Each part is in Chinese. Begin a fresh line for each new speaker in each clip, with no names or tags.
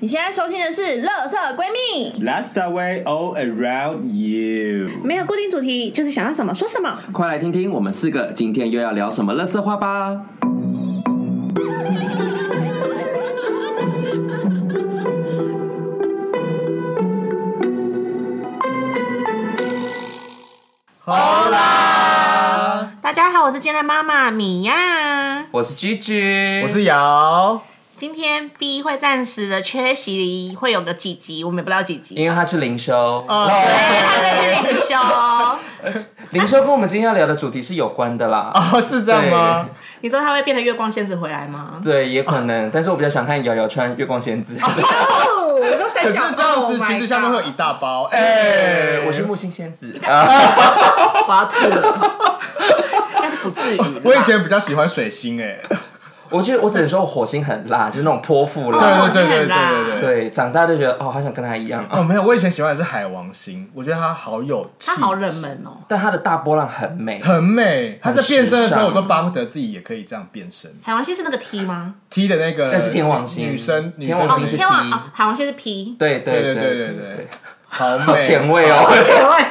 你现在收听的是《乐色闺蜜》，
Let's away all around you。
没有固定主题，就是想要什么说什么。
快来听听我们四个今天又要聊什么乐色话吧！
大家好，我是今天的妈妈米娅。
我是 Gigi，
我是瑶，
今天 B 会暂时的缺席，会有个几集，我们也不知道几集。
因为他去灵修，
啊
对，他在去领修。
灵修跟我们今天要聊的主题是有关 的啦。
哦，是这样吗？
你说他会变成月光仙子回来吗？
对，也可能，但是我比较想看瑶瑶穿月光 仙子。
哦，你说三
可
角
是
洲
这样子
Oh my
裙子下面会
God
有一大包，哎，
我是木星仙子啊，
哦我要 吐了，但是不至于啦。
我以前比较喜欢水星，哎，
我觉得我只能说我火星很辣，就是那种泼妇
哦
辣。
对对对对
很辣
对对对。
对，长大就觉得哦，好想跟他一样。
哦，没有，我以前喜欢的是海王星，我觉得他好有气，
他好冷，门哦。
但他的大波浪很 美，
很美。他在变身的时候，
很时尚
我都巴不得自己也可以这样变身。
海王星是那个 T 吗？
T 的那个，
那是天王星
女生，女
天王
哦，
生
星是
天王
T
哦，海王星是 P。
对
对对
对
对啊对对，好美，
前卫哦。
请问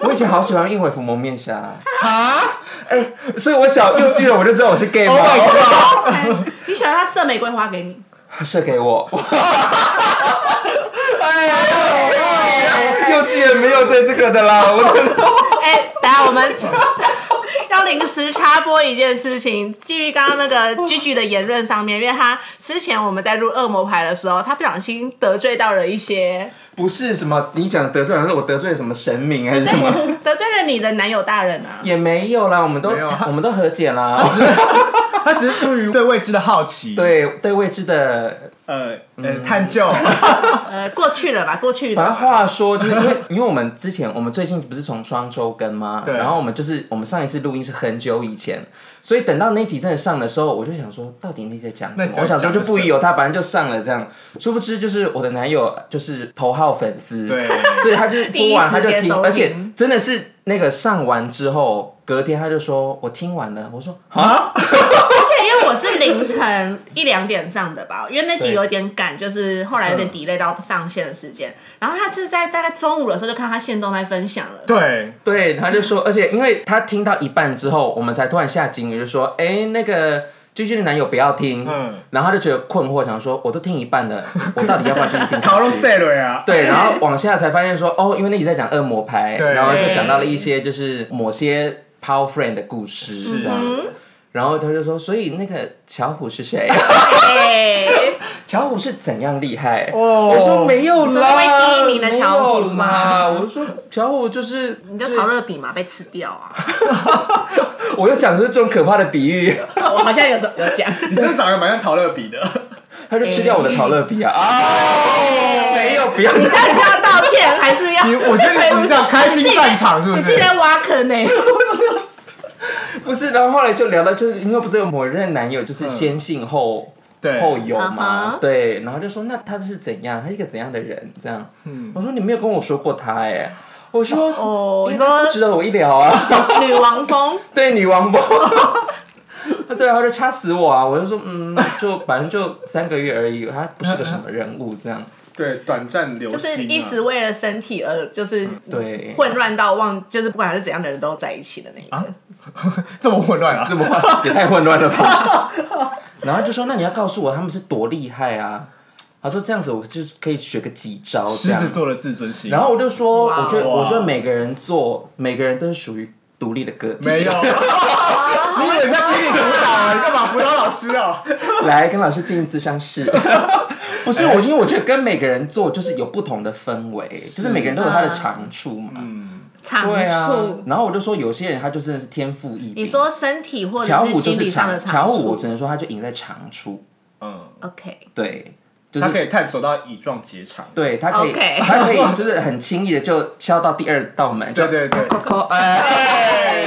我以前好喜欢硬尾服蒙面侠啊！哎、所以我小幼稚园我就知道我是 gay
Oh
吗？
你喜欢他射玫瑰花给你？
射给 我！
哎
哎呦，幼稚园没有在这个的啦，我真的
哎、等下我们 要临时插播一件事情，基于刚刚那个 G G 的言论上面，因为他之前我们在录恶魔牌的时候，他不小心得罪到了一些，
不是什么你讲得罪人，还是我得罪了什么神明还是 什么？
得罪了你的男友大人啊。
也没有啦，我们都
没有啊
我们都和解啦。
他只是出于对未知的好奇，，
对对未知的，
呃呃，探 究，
呃，过去了吧，过去
反正
了。
话说就是因为因为我们之前我们最近不是从双周更吗？
对
然后我们就是我们上一次录音是很久以前，所以等到那集真的上的时候，我就想说到底那集在讲什
那
么
集？在
我想说
讲
就不
什
疑
么
有他，反正就上了这样。殊不知就是我的男友就是头号粉丝，
对，
所以他就是播完他就
第一时间
听，
收听
而且真的是那个上完之后，隔天他就说我听完了，我说啊，
而且因为我是凌晨一两点上的吧，因为那集
对
有点赶，就是后来有点 delay 到上线的时间。然后他是在大概中午的时候就看到他线动在分享了。
对，
对，他就说，而且因为他听到一半之后，我们才突然下警语，就说，哎、那个。居居的男友不要听，
嗯
然后他就觉得困惑，想说我都听一半了，我到底要不要继续听下
烤肉
去？
赛了呀，
对，然后往下才发现说，哦，因为那集在讲恶魔牌，
对
然后就讲到了一些就是某些 power friend 的故事
是嗯
这样。然后他就说，所以那个巧虎 是谁？
哎、
巧虎是怎样厉害？
哦
我说没有啦，
你说那位第一名的巧虎吗
没有啦我就说巧虎就是，
你就烤热比嘛，被吃掉啊！
我又讲出这种可怕的比喻，
我好像有时候有讲。
你真的长得蛮像陶乐比的。
他就吃掉我的陶乐比啊！啊， 没有，不要
你到底是要道歉还是 要？
你我觉得你你这样开心战场是不
你自己
是？
在挖 坑呢、
不是，然后后来就聊到，就是因为不是有某任男友就是先信后、
嗯对，
后有
啊
嘛
哈
对，然后就说那他是怎样，他是一个怎样的人？这样，我说你没有跟我说过他哎、我说
哦
因为他
你说
不值得我一聊啊，
女王风，
对，女王吧。 对啊，他就掐死我啊！我就说，嗯，就反正就三个月而已，他不是个什么人物，这样。
对，短暂流
就是
行、啊，
一时为了身体而就是
对
混乱到忘，就是不管他是怎样的人都在一起的那一个。
这么混乱啊
这！么乱也太混乱了吧？ 然后就说，那你要告诉我他们是多厉害啊？他说这样子我就可以学个几招这
狮
样
子。座的自尊心，
然后我就说，
哇
我觉得
哇
我觉得每个人做，每个人都是属于独立的个 体。
没有，
哦
你以为在心理辅导啊？你干嘛辅导老师啊？
来跟老师进行咨商室。不
哎
是我，因为我觉得跟每个人做就是有不同的氛围，就是每个人都有他的长处嘛。
嗯
长
对啊
处，，
然后我就说有些人他就真的是天赋异
你
禀。
说身体或者
巧
是
虎就
心
是
理上
长
的
巧虎，我
处
只。能说他就赢在长处，
嗯，
OK，
对，就是
他可以探索到以壮结肠。
对他可以
OK
他可以就是很轻易的就敲到第二道门，就
对对对，
扣哎，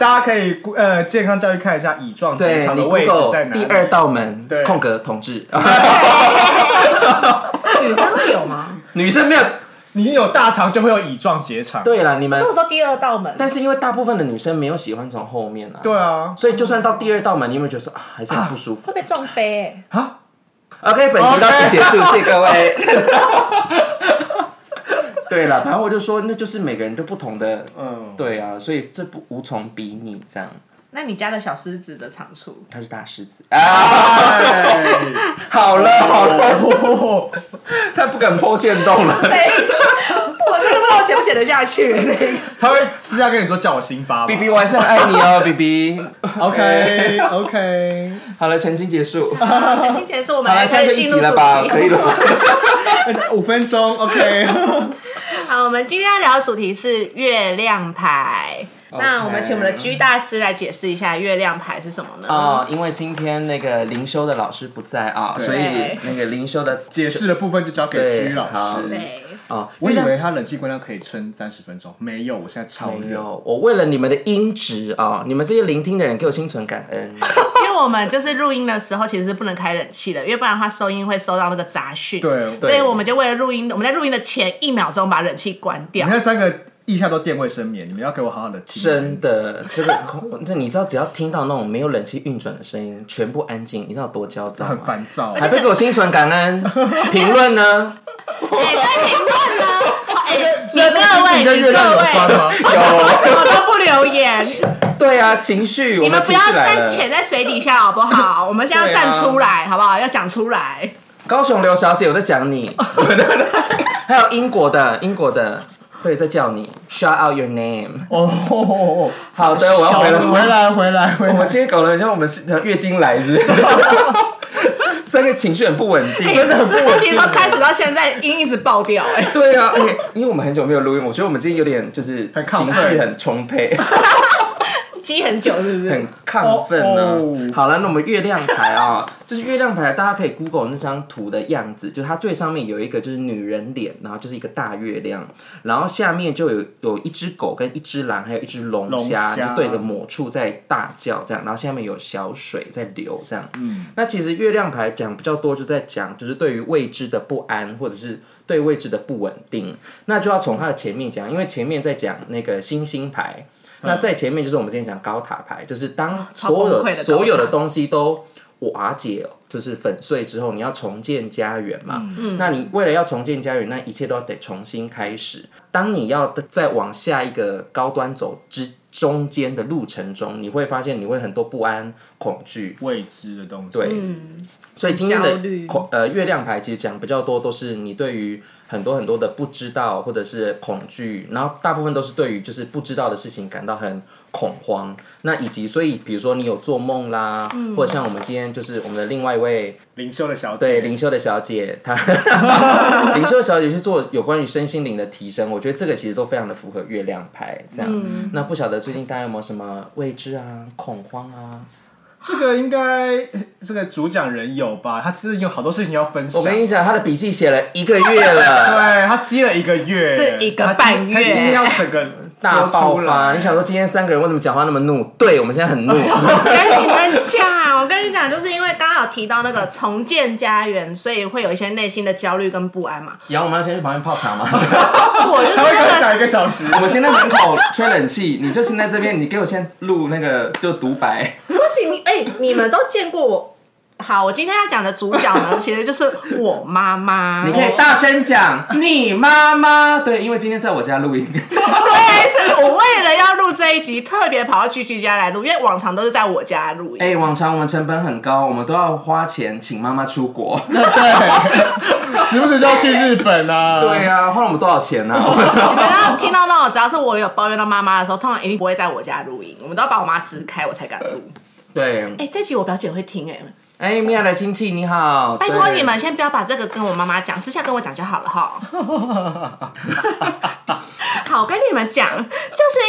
大家可以呃健康教育看一下乙状结
对
肠
你
的位置在
Google
哪
第
里。
二道门
对
空格同志，
女生会有吗？
女生没有
你有大肠就会有乙状结肠。
对了，你
可
们
是我说第二道门，
但是因为大部分的女生没有喜欢从后面啊，
对啊，
所以就算到第二道门，你有没有觉得说啊还是很不舒服？
会被撞飞、欸。
啊，
OK，本集到此结束，谢谢各位。 对了，反正我就说，那就是每个人都不同的，
嗯，
对啊，所以这不无从比拟，这样
那你家的小狮子的长处，
他是大狮子啊，
哎
好了好 了，他不敢剖线洞了，
我这个不知道剪不剪得下 去。
他会私下跟你说叫我辛巴吧
比比，我还是很爱你哦， 比比。
OK OK，
好了，澄清结束，好
那今天是我们
了，
开
算
始
就
进
一
入
集
主
了吧，可以
题。
了吧。
五分钟 OK。
好，我们今天要聊的主题是月亮牌。那我们请我们的居大师来解释一下月亮牌是什么呢？
嗯
哦，因为今天那个灵修的老师不在啊，
对
所以那个灵修的
解释的部分就交给
对
居老
好
师。
对，
哦，
我以为他冷气关掉可以撑三十分钟，没有，我现在超
没
热。
有，我为了你们的音质啊、你们这些聆听的人，给我心存感恩。
因为我们就是录音的时候其实是不能开冷气的，因为不然的话收音会收到那个杂讯。
对
所以我们就为了录音，我们在录音的前一秒钟把冷气关
你
掉
们。那三个意下都电位深眠，你们要给我好好的听。
真的，这个空，这你知道，只要听到那种没有冷气运转的声音，全部安静，你知道有多焦躁
很
吗？
烦躁。
还不给我心存 感恩，评论呢？
哎，在评论呢？哎，你
这个心情
各
跟
位，
月
你
亮
各
有关
位，
吗？
我怎么都不留 言？
对啊，情绪，
你
我
们不
情
要
绪来
再
了。
潜在水底下好不好？我们现
啊
在要站出来好不好？要讲出来。
高雄刘小姐，我在 讲你，还有英国的，英国的，对，在叫你，shout out your name。
哦，
好的，我要回来，
回来，回来，回
我们
来。
今天搞得很像我们是月经来是不 是，三个情绪很不稳
哎
定，
真的很不从哎其实从开始到现在，音一直爆掉 哎、
对啊，而且因为我们很久没有录音，我觉得我们今天有点就是
很亢
情
奋
绪很充沛，
积很久是不是？
很亢奋呢、
哦哦
好了，那我们月亮牌啊、 就是月亮牌，大家可以 Google 那张图的样子，就是它最上面有一个就是女人脸，然后就是一个大月亮，然后下面就有有一只狗跟一只狼，还有一只龙虾，
龙虾
就对着某处在大叫这样，然后下面有小水在流这样。
嗯，
那其实月亮牌讲比较多，就在讲就是对于未知的不安，或者是对未知的不稳定。那就要从它的前面讲，因为前面在讲那个星星牌，那在前面就是我们之前讲高塔牌，就是当
嗯啊超
所有
崩溃的高塔
所有的东西都瓦解，就是粉碎之后，你要重建家园嘛。
嗯
那你为了要重建家园，那一切都要得重新开始。当你要再往下一个高端走之中间的路程中，你会发现你会很多不安、恐惧，
未知的东西。
对，
嗯，
所以今天的
焦虑
恐呃月亮牌其实讲比较多，都是你对于很多很多的不知道或者是恐惧，然后大部分都是对于就是不知道的事情感到很恐慌。那以及所以比如说你有做梦啦，
嗯
或者像我们今天就是我们的另外一位
灵修的小姐，
对灵修的小 姐，她灵修的小姐去做有关于身心灵的提升，我觉得这个其实都非常的符合月亮牌这样。
嗯
那不晓得最近大家有没有什么未知啊、恐慌啊？
这个应该这个主讲人有吧？他其实有好多事情要分享。
我跟
对
你讲，她的笔记写了一个月了。
他积了一个月，
是一个半月
他今天要整个
大爆
丢出
发！
来
你想说今天三个人为什么讲话那么怒？对我们现在很 怒，
我跟你们讲，我跟你讲，就是因为刚好提到那个重建家园，所以会有一些内心的焦虑跟不安嘛。
然后我们要先去旁边泡茶吗？
我就是
他会跟
那
他
个
讲一个小时。
我们先在门口吹冷气，你就先在这边，你给我先录那个就独白。
不行，你哎、你们都见过我。好，我今天要讲的主角呢，其实就是我妈妈。
你可以大声讲你妈妈，对，因为今天在我家 录音。
对，所以我为了要录这一集，特别跑到居居家来录，因为往常都是在我家录音。
哎、往常我们成本很高，我们都要花钱请妈妈出国。
对， 时不时就要去日本啊。
对啊，花了我们多少 钱呢、啊？
你们要听到那种，只要是我有抱怨到妈妈的时候，通常一定不会在我家录音，我们都要把我妈支开，我才敢录。
对，
哎、这集我表姐会听哎、
哎、米娅的亲戚你好，
拜哎托
对
你。们先不要把这个跟我妈妈讲，私下跟我讲就好了哈。好，我跟你们讲，就是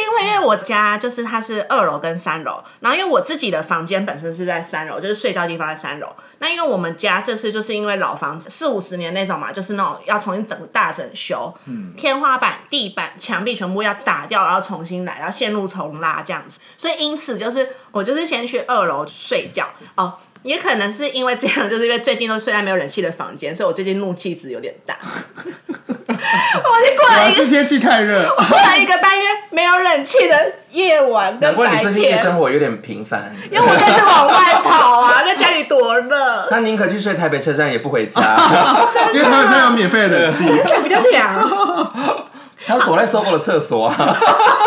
因为因为我家就是它是二楼跟三楼，然后因为我自己的房间本身是在三楼，就是睡觉的地方在三楼。那因为我们家这次就是因为老房子四五十年那种嘛，就是那种要重新整个大整修，天花板、地板、墙壁全部要打掉，然后重新来，然后线路重拉这样子。所以因此就是我就是先去二楼睡觉哦。也可能是因为这样，就是因为最近都睡在没有人气的房间，所以我最近怒气值有点大。我就过
果
了
然
一个
啊是天气太热。
过了一个半月没有冷气的夜晚
难
跟
怪
白
你最近夜
天，
生活有点平凡。
因为我就是往外跑 啊，在家里多热，
那宁可去睡台北车站，也不回 家。
因为他们真的有免费的冷气，
比较凉。
他躲在搜狗的厕所啊。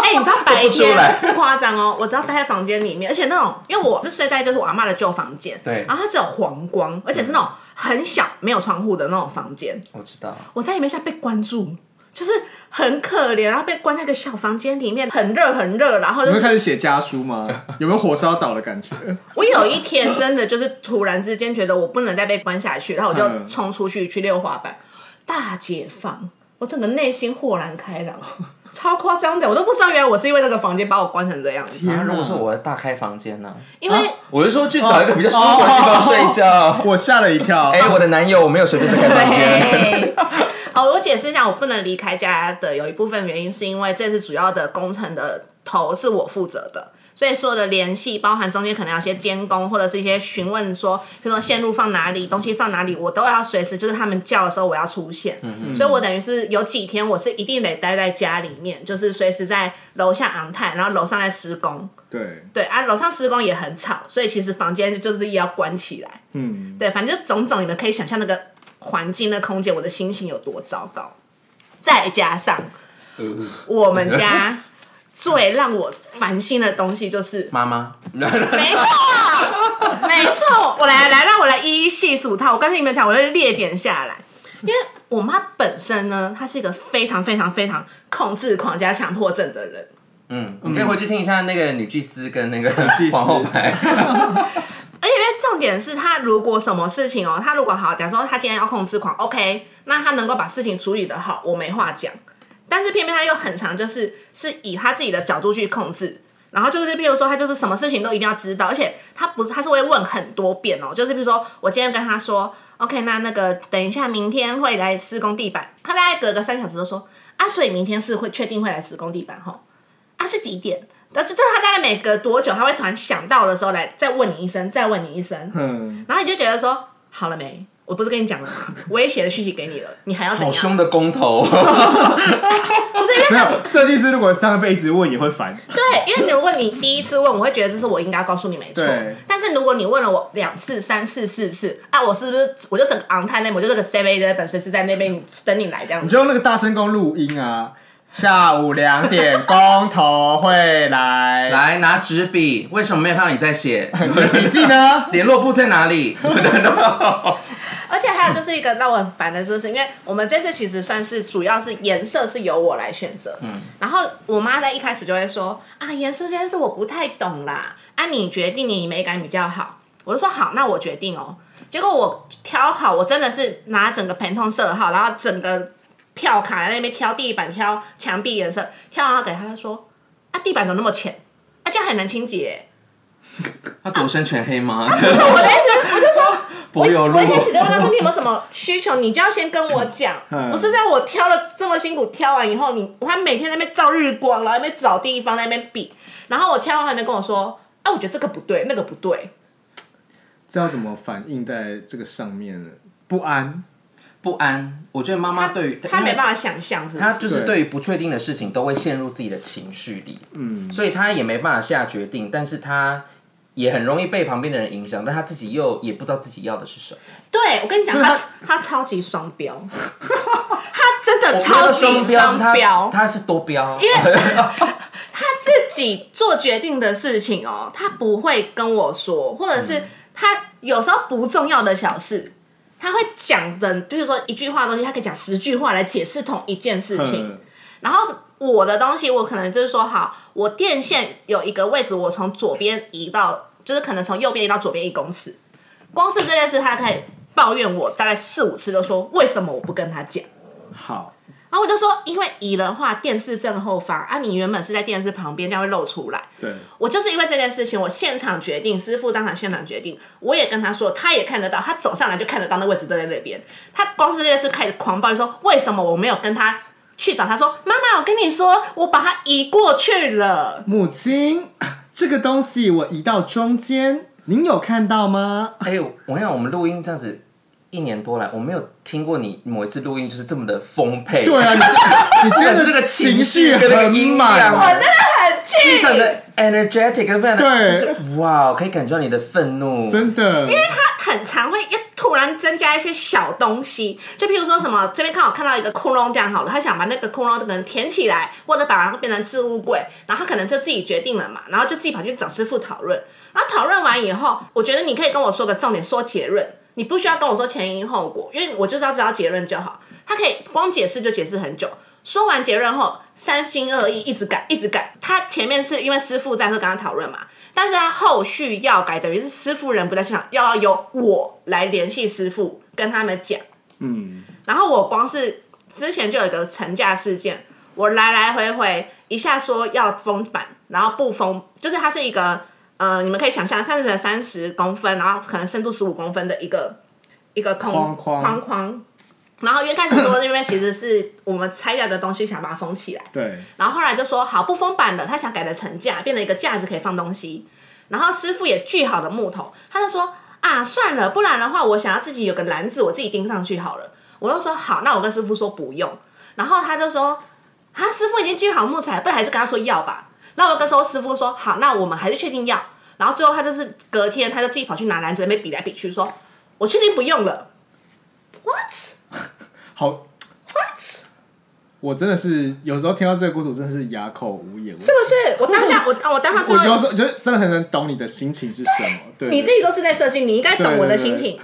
哎、你知道 白
出来
天不夸张哦，我只要待在房间里面，而且那种，因为我是睡在就是我阿妈的旧房间，
对
然后它只有黄光，而且是那种很小没有窗户的那种房间，
我知道，
我在里面像被关住，就是很可怜，然后被关在一个小房间里面，很热很热，然后
你
就
会
是
开始写家书吗？有没有火烧岛的感觉？
我有一天真的就是突然之间觉得我不能再被关下去，然后我就
嗯
冲出去去溜滑板，大解放，我整个内心豁然开朗，超夸张的，我都不知道原来我是因为那个房间把我关成这样子，
天
啊，
哪
如果是我大开房间呢、
因为。
我是说去找一个比较舒服的地方睡 觉。
我吓了一跳。
哎、我的男友我没有随便在开房间。
对，好，我解释一下，我不能离开家的有一部分原因是因为这次主要的工程的头是我负责的。所以所有的联系，包含中间可能要一些监工，或者是一些询问说，比如说线路放哪里，东西放哪里，我都要随时，就是他们叫的时候我要出现。所以我等于是有几天我是一定得待在家里面，就是随时在楼下昂泰，然后楼上在施工。
对，
对啊，楼上施工也很吵，所以其实房间就是也要关起来。
嗯，
对，反正就种种，你们可以想象那个环境、那空间，我的心情有多糟糕。再加上我们家最让我烦心的东西就是，
妈妈，嗯
没错，没错，我来来，让我来一一细数它。我刚才你们讲，我就列点下来，因为我妈本身呢，她是一个非常非常非常控制狂加强迫症的人。
嗯，你可以回去听一下那个女祭司跟那个
祭司
皇后牌。
而且因为重点是他如果什么事情哦，他如果好，假如说他今天要控制狂，OK，那他能够把事情处理的好，我没话讲。但是偏偏他又很常就是是以他自己的角度去控制，然后就是譬如说他就是什么事情都一定要知道，而且他不是他是会问很多遍哦，就是譬如说我今天跟他说，OK，那那个等一下明天会来施工地板，他大概隔个三小时都说，啊，所以明天是会确定会来施工地板吼，啊是几点？然后就就是他大概每隔多久，他会突然想到的时候来再问你一声，再问你一声，
嗯，
然后你就觉得说好了没？我不是跟你 讲了吗？我也写了讯息给你了，你还要怎
好
样？
凶的工头，
不是因为
没有设计师如果上辈子问也会烦，
对，因为如果你第一次问，我会觉得这是我应该告诉你没错
对。
但是如果你问了我两次、三次、四次，啊，我是不是我就整个 on time 那，我就这个 seven eleven 随时在那边等你来这样
你
子？
就用那个大声公录音啊。下午两点，工头会来。
来拿纸笔，为什么没有看到你在 写？
你的笔记呢？
联络簿在哪里？
而且还有就是一个让我很烦的，就是因为我们这次其实算是主要是颜色是由我来选择，嗯，然后我妈在一开始就会说啊，颜色这件事我不太懂啦，啊，你决定你美感比较好，我就说好，那我决定哦。结果我挑好，我真的是拿整个 Pantone 色号，然后整个票卡在那边挑地板、挑墙壁颜色，挑完后给他，他说啊，地板怎么那么浅？啊，这样很难清洁、
他躲身全黑 吗？
我的意思，我就说，
柏油路
我一开始就问他说你有没有什么需求，你就要先跟我讲，
嗯
不是在我挑了这么辛苦挑完以后，你我还每天在那边照日光，然后在那边找地方，在那边比，然后我挑完还能跟我说，啊，我觉得这个不对，那个不对，
这要怎么反映在这个上面呢？不安，
不安，我觉得妈妈对于
他没办法
法。
想象，是不
她
是？
就是对于不确定的事情都会陷入自己的情绪里，嗯，所以她也没办法下决定，但是她也很容易被旁边的人影响，但她自己又也不知道自己要的是什么。
对我跟你讲，
所以他
他他超级双 标，他真的
我觉
超
得
级
双标是
双标
她，。她是多标，
因 为 他自己做决定的事情哦，他不会跟我说，或者是他有时候不重要的小事，他会讲的，比如说一句话的东西，他可以讲十句话来解释同一件事情。
嗯，
然后我的东西，我可能就是说，好，我电线有一个位置，我从左边移到，就是可能从右边移到左边一公尺。光是这件事，他可以抱怨我大概四五次，就说为什么我不跟他讲。
呃好，
然后我就说，因为移的话，电视正后方啊，你原本是在电视旁边，这样会露出来。
对，
我就是因为这件事情，我现场决定，师傅当场现场决定，我也跟他说，他也看得到，他走上来就看得到那位置都在那边。他光是这件事开始狂暴，就说为什么我没有跟他去找他说，妈妈，我跟你说，我把他移过去了。
母亲，这个东西我移到中间，您有看到吗？
哎、我跟你讲，我们录音这样子一年多来，我没有听过你某一次录音就是这么的丰沛。
对啊，你这你真
但是
的
那个
情
绪
很
跟那个音量，
满，
真的很
非
气。
常的 energetic，非常的
对
就是哇，哦可以感觉到你的愤怒，
真的。
他很常会一突然增加一些小东西，就譬如说什么这边刚好看到一个窟窿，这样好了，他想把那个窟窿可能填起来，或者把它变成置物柜，然后他可能就自己决定了嘛，然后就自己跑去找师傅讨论，然后讨论完以后，我觉得你可以跟我说个重点，说结论，你不需要跟我说前因后果，因为我就是要知道结论就好。他可以光解释就解释很久，说完结论后三心二意，一直改，一直改。他前面是因为师傅在和跟他讨论嘛，但是他后续要改，等于是师傅人不在现场，要由我来联系师傅跟他们讲。
嗯，
然后我光是之前就有一个成架事件，我来来回回一下说要封板，然后不封，就是它是一个呃，你们可以想象三十乘三十公分，然后可能深度十五公分的一个一个空
框框
框框然后因为开始说，因为其实是我们拆掉的东西，想把它封起来。
对，
然后后来就说好不封板了，他想改成层架，变成一个架子可以放东西。然后师傅也锯好的木头，他就说啊算了，不然的话我想要自己有个篮子，我自己钉上去好了。我就说好，那我跟师傅说不用。然后他就说啊师傅已经锯好木材，不然还是跟他说要吧。那我跟说师傅说好，那我们还是确定要。然后最后他就是隔天他就自己跑去拿篮子在那边比来比去说，我确定不用了。What？
好，我真的是有时候听到这个故事，我真的是哑口无言。
是不是？我当下我哦我 当下
我
最
有
后
时候就是真的很能懂你的心情是什么。对，
你自己都室内设计，你应该懂我的心
对
情。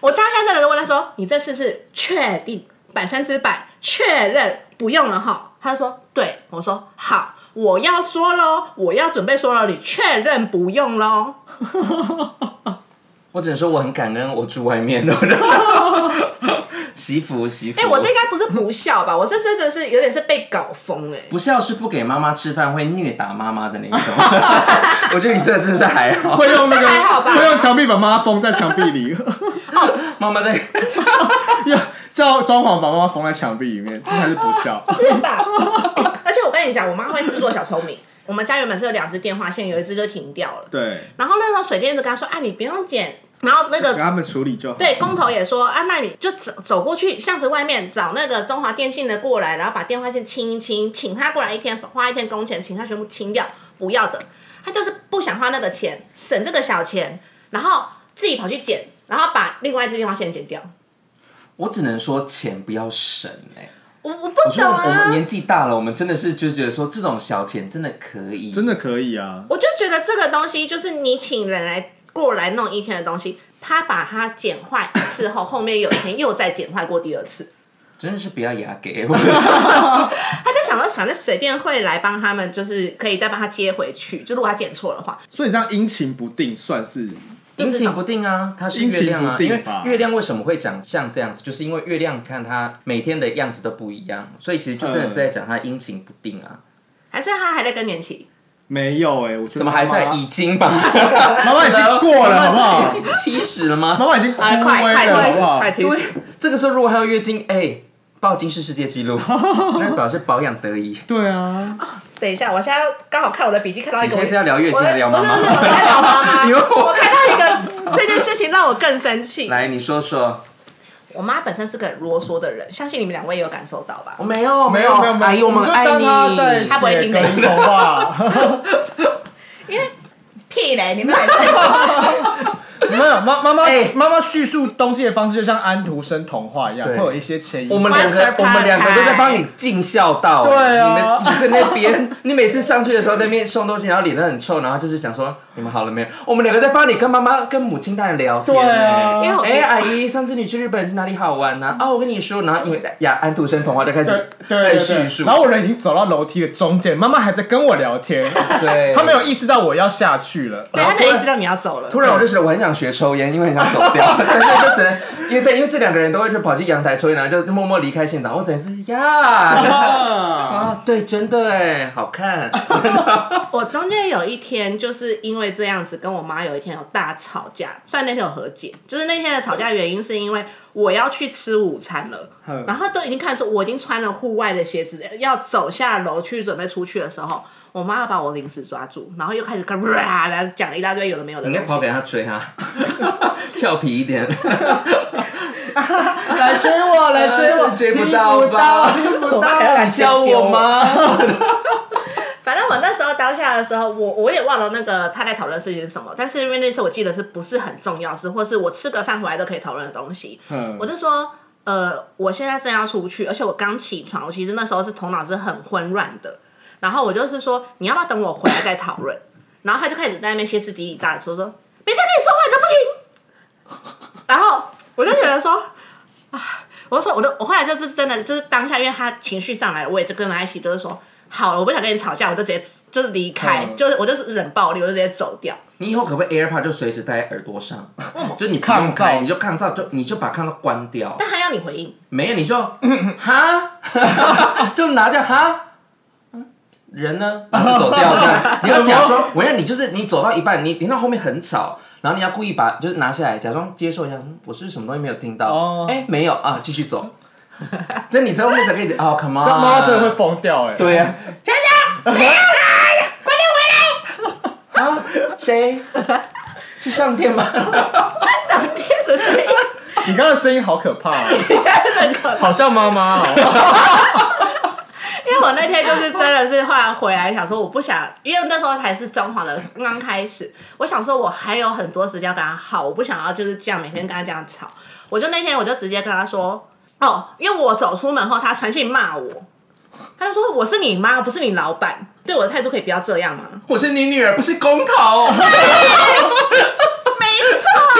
我当下真的问他说：“你这次是确定百分之百确认不用了哈？”他就说：“对。”我说：“好，我要说喽，我要准备说了，你确认不用喽。
我只能说我很感恩我住外面的， 惜福惜福。
哎、我这应该不是不孝吧？我这真的是有点是被搞 疯哎、
不孝是不给妈妈吃饭会虐打妈妈的那一种， 我觉得你这个真的是还好，
会用那
这还好
个
吧
会用墙壁把妈妈封在墙壁里，
妈妈在
要叫装潢把妈妈封在墙壁里面，这才是不孝。
是吧？而且我跟你讲，我妈会制作小聪明。我们家原本是有两只电话线，有一只就停掉了。
对，
然后那时候水电就跟他说：“啊，你不用剪。”然后那个
给他们处理就好。
对，工头也说啊，那你就走走过去巷子外面找那个中华电信的过来，然后把电话线清一清，请他过来一天，花一天工钱，请他全部清掉，不要的。他就是不想花那个钱，省这个小钱，然后自己跑去剪，然后把另外一支电话线剪掉。
我只能说钱不要省哎、
我我
我
不
觉得
懂
我们
啊，
年纪大了，我们真的是就觉得说这种小钱真的可以，
真的可以啊。
我就觉得这个东西就是你请人来过来弄一天的东西，他把它剪坏一次后，后面有一天又再剪坏过第二次。
真的是不要牙给我。
他在想说，反正水电会来帮他们，就是可以再帮他接回去。就如果他剪错的话，
所以这样阴晴不定算是
阴晴不定啊，它是月亮啊
阴，晴不
因为
定吧
月亮为什么会长像这样子，就是因为月亮看它每天的样子都不一样，所以其实就真的是在讲它阴晴不定啊。
还是他还在更年期？
没有哎，我觉得
怎么还在
妈妈
已经吧？
妈妈已经过了好不好？
七十了吗？
妈妈已经枯
哎，快
萎
快
了好
快
不好
快？停！
对，这个时候如果还有月经，哎、报金是世界纪 录，那表示保养得宜。
对啊，
等一下，我现在刚好看我的笔记，看到一
你
个
现在是
我。
要聊月
我
经还是聊妈妈
不是不？是，我在聊妈妈。
你问我
我看到一个这件事情让我更生
哎
气。
来，你说说。
我妈本身是个很啰嗦的人，相信你们两位也有感受到吧
我？哦没有，哎
没有没有没有，
阿姨，我们
就
爱
当她在
你。
她不会
写
听
隔
的
离童话。
屁嘞，你们还在。
没有妈妈妈
哎
妈妈叙述东西的方式，就像安徒生童话一样，
对
会有一些前因。
我们两个，
Once
我
upon a
们两个都在帮你尽孝道。哎
对啊
你们你在那边， 你每次上去的时候在那边送东西，然后脸都很臭，然后就是想说你们好了没有？我们两个在帮你跟妈妈、跟母亲大人聊天。
对啊
因为我
哎、阿姨，上次你去日本去哪里好玩呢、啊？我跟你说，然后因为呀，安徒生童话就开
对
始
对
在
对
叙述
对，，然后我人已经走到楼梯的中间，妈妈还在跟我聊天，
对，
她没有意识到我要下去 了。
对，他没意识到你要走了。
突然我就觉得我很想学抽烟，因为很想走 掉，但是就只能因为对，因为这两个人都会就跑去阳台抽烟，然后就默默离开现场。我只能是呀啊，对，真的哎，好看。
我中间有一天就是因为这样子跟我妈有一天有大吵架，虽然那天有和解，就是那天的吵架原因是因为我要去吃午餐了，
哼
然后都已经看出我已经穿了户外的鞋子，要走下楼去准备出去的时候，我妈要把我临时抓住，然后又开始跟啦啦讲了一大堆有的没有的
你应该
东
跑
西。
给他追啊，俏皮一点。
来追我，来追我，
追不
听
到
不
吧
到，听不到，
你教我吗？
反正我那时候当下的时候，我我也忘了那个他在讨论事情是什么，但是因为那次我记得是不是很重要，是或是我吃个饭回来都可以讨论的东西，
嗯
我就说。呃，我现在正要出去，而且我刚起床，我其实那时候是头脑是很混乱的。然后我就是说，你要不要等我回来再讨论？然后他就开始在那边歇斯底里大说说，每次跟你说话你都不听。然后我就觉得说，啊我说，我都我后来就是真的就是当下，因为他情绪上来，我也就跟他一起就是说，好了，我不想跟你吵架，我就直接就是离开，
嗯
就是我就是冷暴力，我就直接走掉。
你以后可不可以 AirPod 就随时戴在耳朵上？就你不用
嗯抗
开，
噪
你就抗噪，就你就把抗噪关掉。
但他要你回应，
没有你 就哈， 就拿掉哈。人呢？然后就走掉这样。你要假装，我让你就是你走到一半，你听到后面很吵，然后你要故意把就是拿下来，假装接受一下，嗯我是不是什么东西没有听到？哎、
哦
没有啊，继续走。 这你在后面才可以哦，come on，
这妈真的会疯掉哎！
对呀、啊，强强，快点回来！啊，谁？ 是上天吗？
上天的声音，
你刚刚的声音好可怕 哦，
真的可怕
好像妈妈哦。
因为我那天就是真的是后来回来想说，我不想，因为那时候才是装潢的刚刚开始，我想说我还有很多时间要跟他耗，我不想要就是这样每天跟他这样吵。我就那天我就直接跟他说，哦，因为我走出门后，他传讯骂我，他就说我是你妈，不是你老板，对我的态度可以不要这样吗？
我是你女儿，不是 公头。
没错。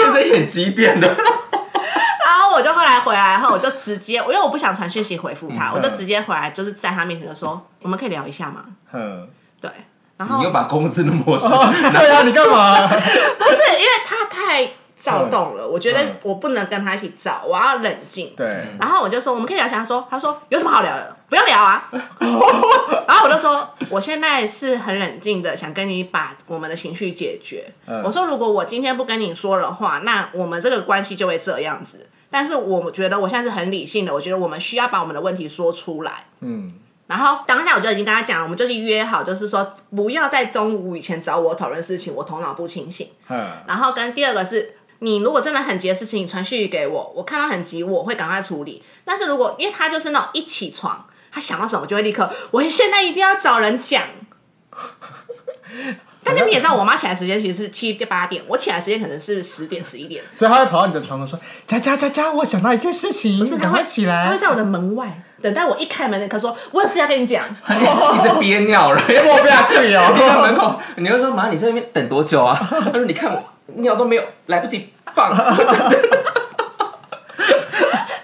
现在演几点了？
然后我就后来回来后，我就直接，因为我不想传讯息回复他，我就直接回来就是在他面前就说，我们可以聊一下吗？
嗯，
对。然
哦
后
你又把公司的模式
对啊，你干嘛？
不是因为他太躁动了，我觉得我不能跟他一起躁，我要冷静。
嗯对，
然后我就说我们可以聊一下，他说他说有什么好聊的，不要聊 啊。然后我就说我现在是很冷静的，想跟你把我们的情绪解决。
嗯
我说如果我今天不跟你说的话，那我们这个关系就会这样子。但是我觉得我现在是很理性的，我觉得我们需要把我们的问题说出来。
嗯，
然后当下我就已经跟他讲了，我们就是约好，就是说不要在中午以前找我讨论事情，我头脑不清醒。
嗯，
然后跟第二个是，你如果真的很急的事情，你传讯息给我，我看到很急，我会赶快处理。但是如果因为他就是那种一起床，他想到什么就会立刻，我现在一定要找 人讲。但是你也知道，我妈起来时间其实是七八点，我起来时间可能是十点十一点，
所以他会跑到你的床头说：“佳佳佳佳，我想到一件事情，
是
赶
她
快
会
起
她
来
会。在我的门外等待我一开门那刻说，我有事要跟你讲。
一直憋尿了，然”后
我不要对
你 在门
哦，
口，你就说妈，你在那边等多久啊？ 他说你看我尿都没有来不及 放，
而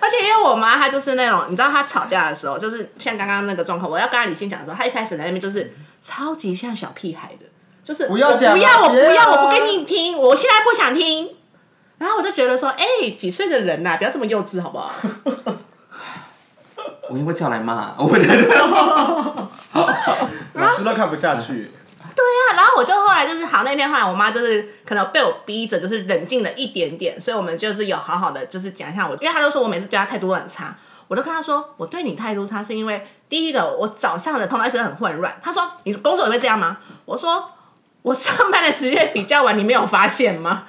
且因为我妈她就是那种，你知道她吵架的时候，就是像刚刚那个状况，我要跟她理性讲的时候，她一开始在那边就是超级像小屁孩的，就是
不要讲
我不要，我不
别啊
要，我不跟你听，我现在不想听。然后我就觉得说，哎、几岁的人啊呐、不要这么幼稚好不好？
我就会叫来骂，我的
老师都看不下去。
对啊，然后我就后来就是好，那天后来我妈就是可能被我逼着，就是冷静了一点点，所以我们就是有好好的就是讲一下我，因为她就说我每次对她态度都很差，我就跟她说我对你态度差是因为第一个我早上的头脑一直很混乱，她说你工作也会这样吗？我说我上班的时间比较晚，你没有发现吗？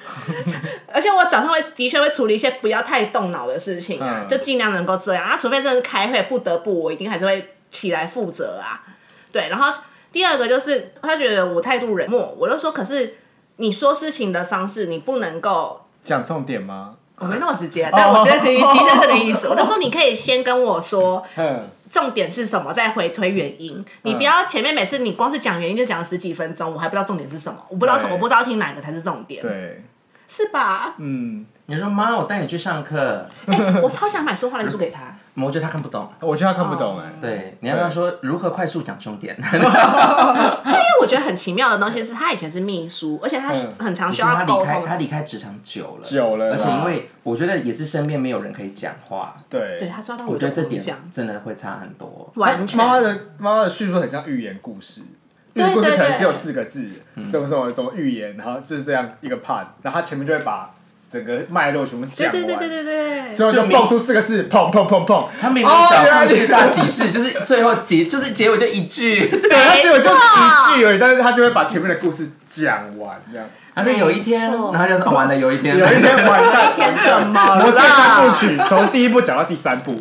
而且我早上会的确会处理一些不要太动脑的事情啊，
嗯
就尽量能够这样啊，除非真的是开会不得不，我一定还是会起来负责啊。对，然后第二个就是他觉得我态度冷漠，我就说，可是你说事情的方式，你不能够。
讲重点吗？
我没那么直接，但我觉得的的确这个意思。我就说你可以先跟我说
嗯，
重点是什么，再回推原因。
嗯
你不要前面每次你光是讲原因就讲了十几分钟，我还不知道重点是什么，我不知道什么，
对
我不知道听哪个才是重点，
对，
是 吧？
嗯，
你说妈，我带你去上课，
哎，我超想买说话的书给他。
我觉得他看不懂。
我觉得他看不懂
哦
哎。
对，你要跟他说如何快速讲重点。
因为我觉得很奇妙的东西是他以前是秘书，而且他
嗯
很常
不
需
是
要
他
沟
离开，
通。
他离开职场久了，
久了啦
而且因为我觉得也是身边没有人可以讲话，
对
对他抓到
我觉得这
的
点
讲，
真的会差很多。
完全
妈妈的妈妈的叙述很像寓言故事，寓
对
言故事
对
可能
对
嗯只有四个字，什么什么什么寓言，然后就是这样一个 part，然后他前面就会把整个脉络全部
对
讲完，
对对对对对
之后就
就明
蹦出四个字：砰砰砰砰。
他明明
哦
小
原来
故事
你
大启示，就是最后结就是结尾就一 句，
对，他结果就是一句而已，但是他就会把前面的故事讲完，这样。
他说有一天，
没错
然后就说哦完了有一天
有，一天完蛋，
天怎么了
魔戒三部曲从第一部讲到第三部，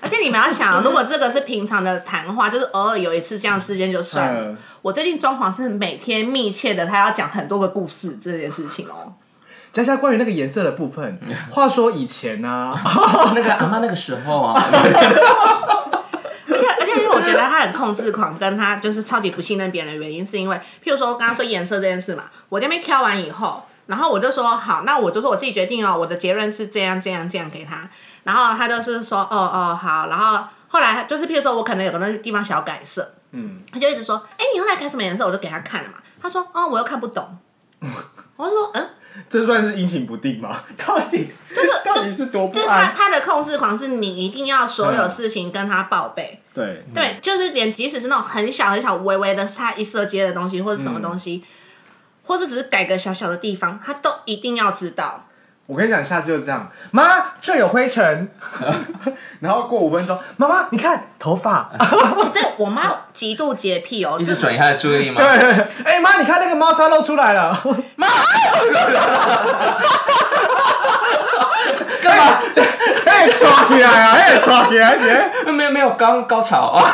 而且你们要 想，如果这个是平常的谈话，就是偶尔有一次这样事件就算了。
嗯
我最近装潢是每天密切的，他要讲很多个故事这件事情哦。
讲一下关于那个颜色的部分。话说以前呢、啊，
那个阿妈那个时候啊，
而且而且，因为我觉得他很控制狂，跟他就是超级不信任别人的原因，是因为譬如说我刚刚说颜色这件事嘛，我那边挑完以后，然后我就说好，那我就说我自己决定哦，我的结论是这样这样这样给他，然后他就是说哦哦好，然后后来就是譬如说我可能有个那地方想要改色，
嗯，
他就一直说，哎、你用来改什么颜色？我就给他看了嘛，他说哦，我又看 不懂，我就说嗯。
这算是阴晴不定 吗？到底
个
到底是多
就
不嗯
是他
安？
他的控制狂是你一定要所有事情跟他报备，
对，
对，就是连即使是那种很小很小微微的差一色阶的东西，或者什么东西，或是只是改个小小的地方，他都一定要知道。
我跟你讲，下次就这样。妈，这有灰尘。 然后过五分钟，妈妈，你看头 发。
哦这我妈极度洁癖哦，
一
就
直转移他的注意力嘛
对，。哎、妈，你看那个猫砂露出来 了。
干嘛？
哎，抓起来啊！哎，抓起来，而且
这没有没有高高潮啊！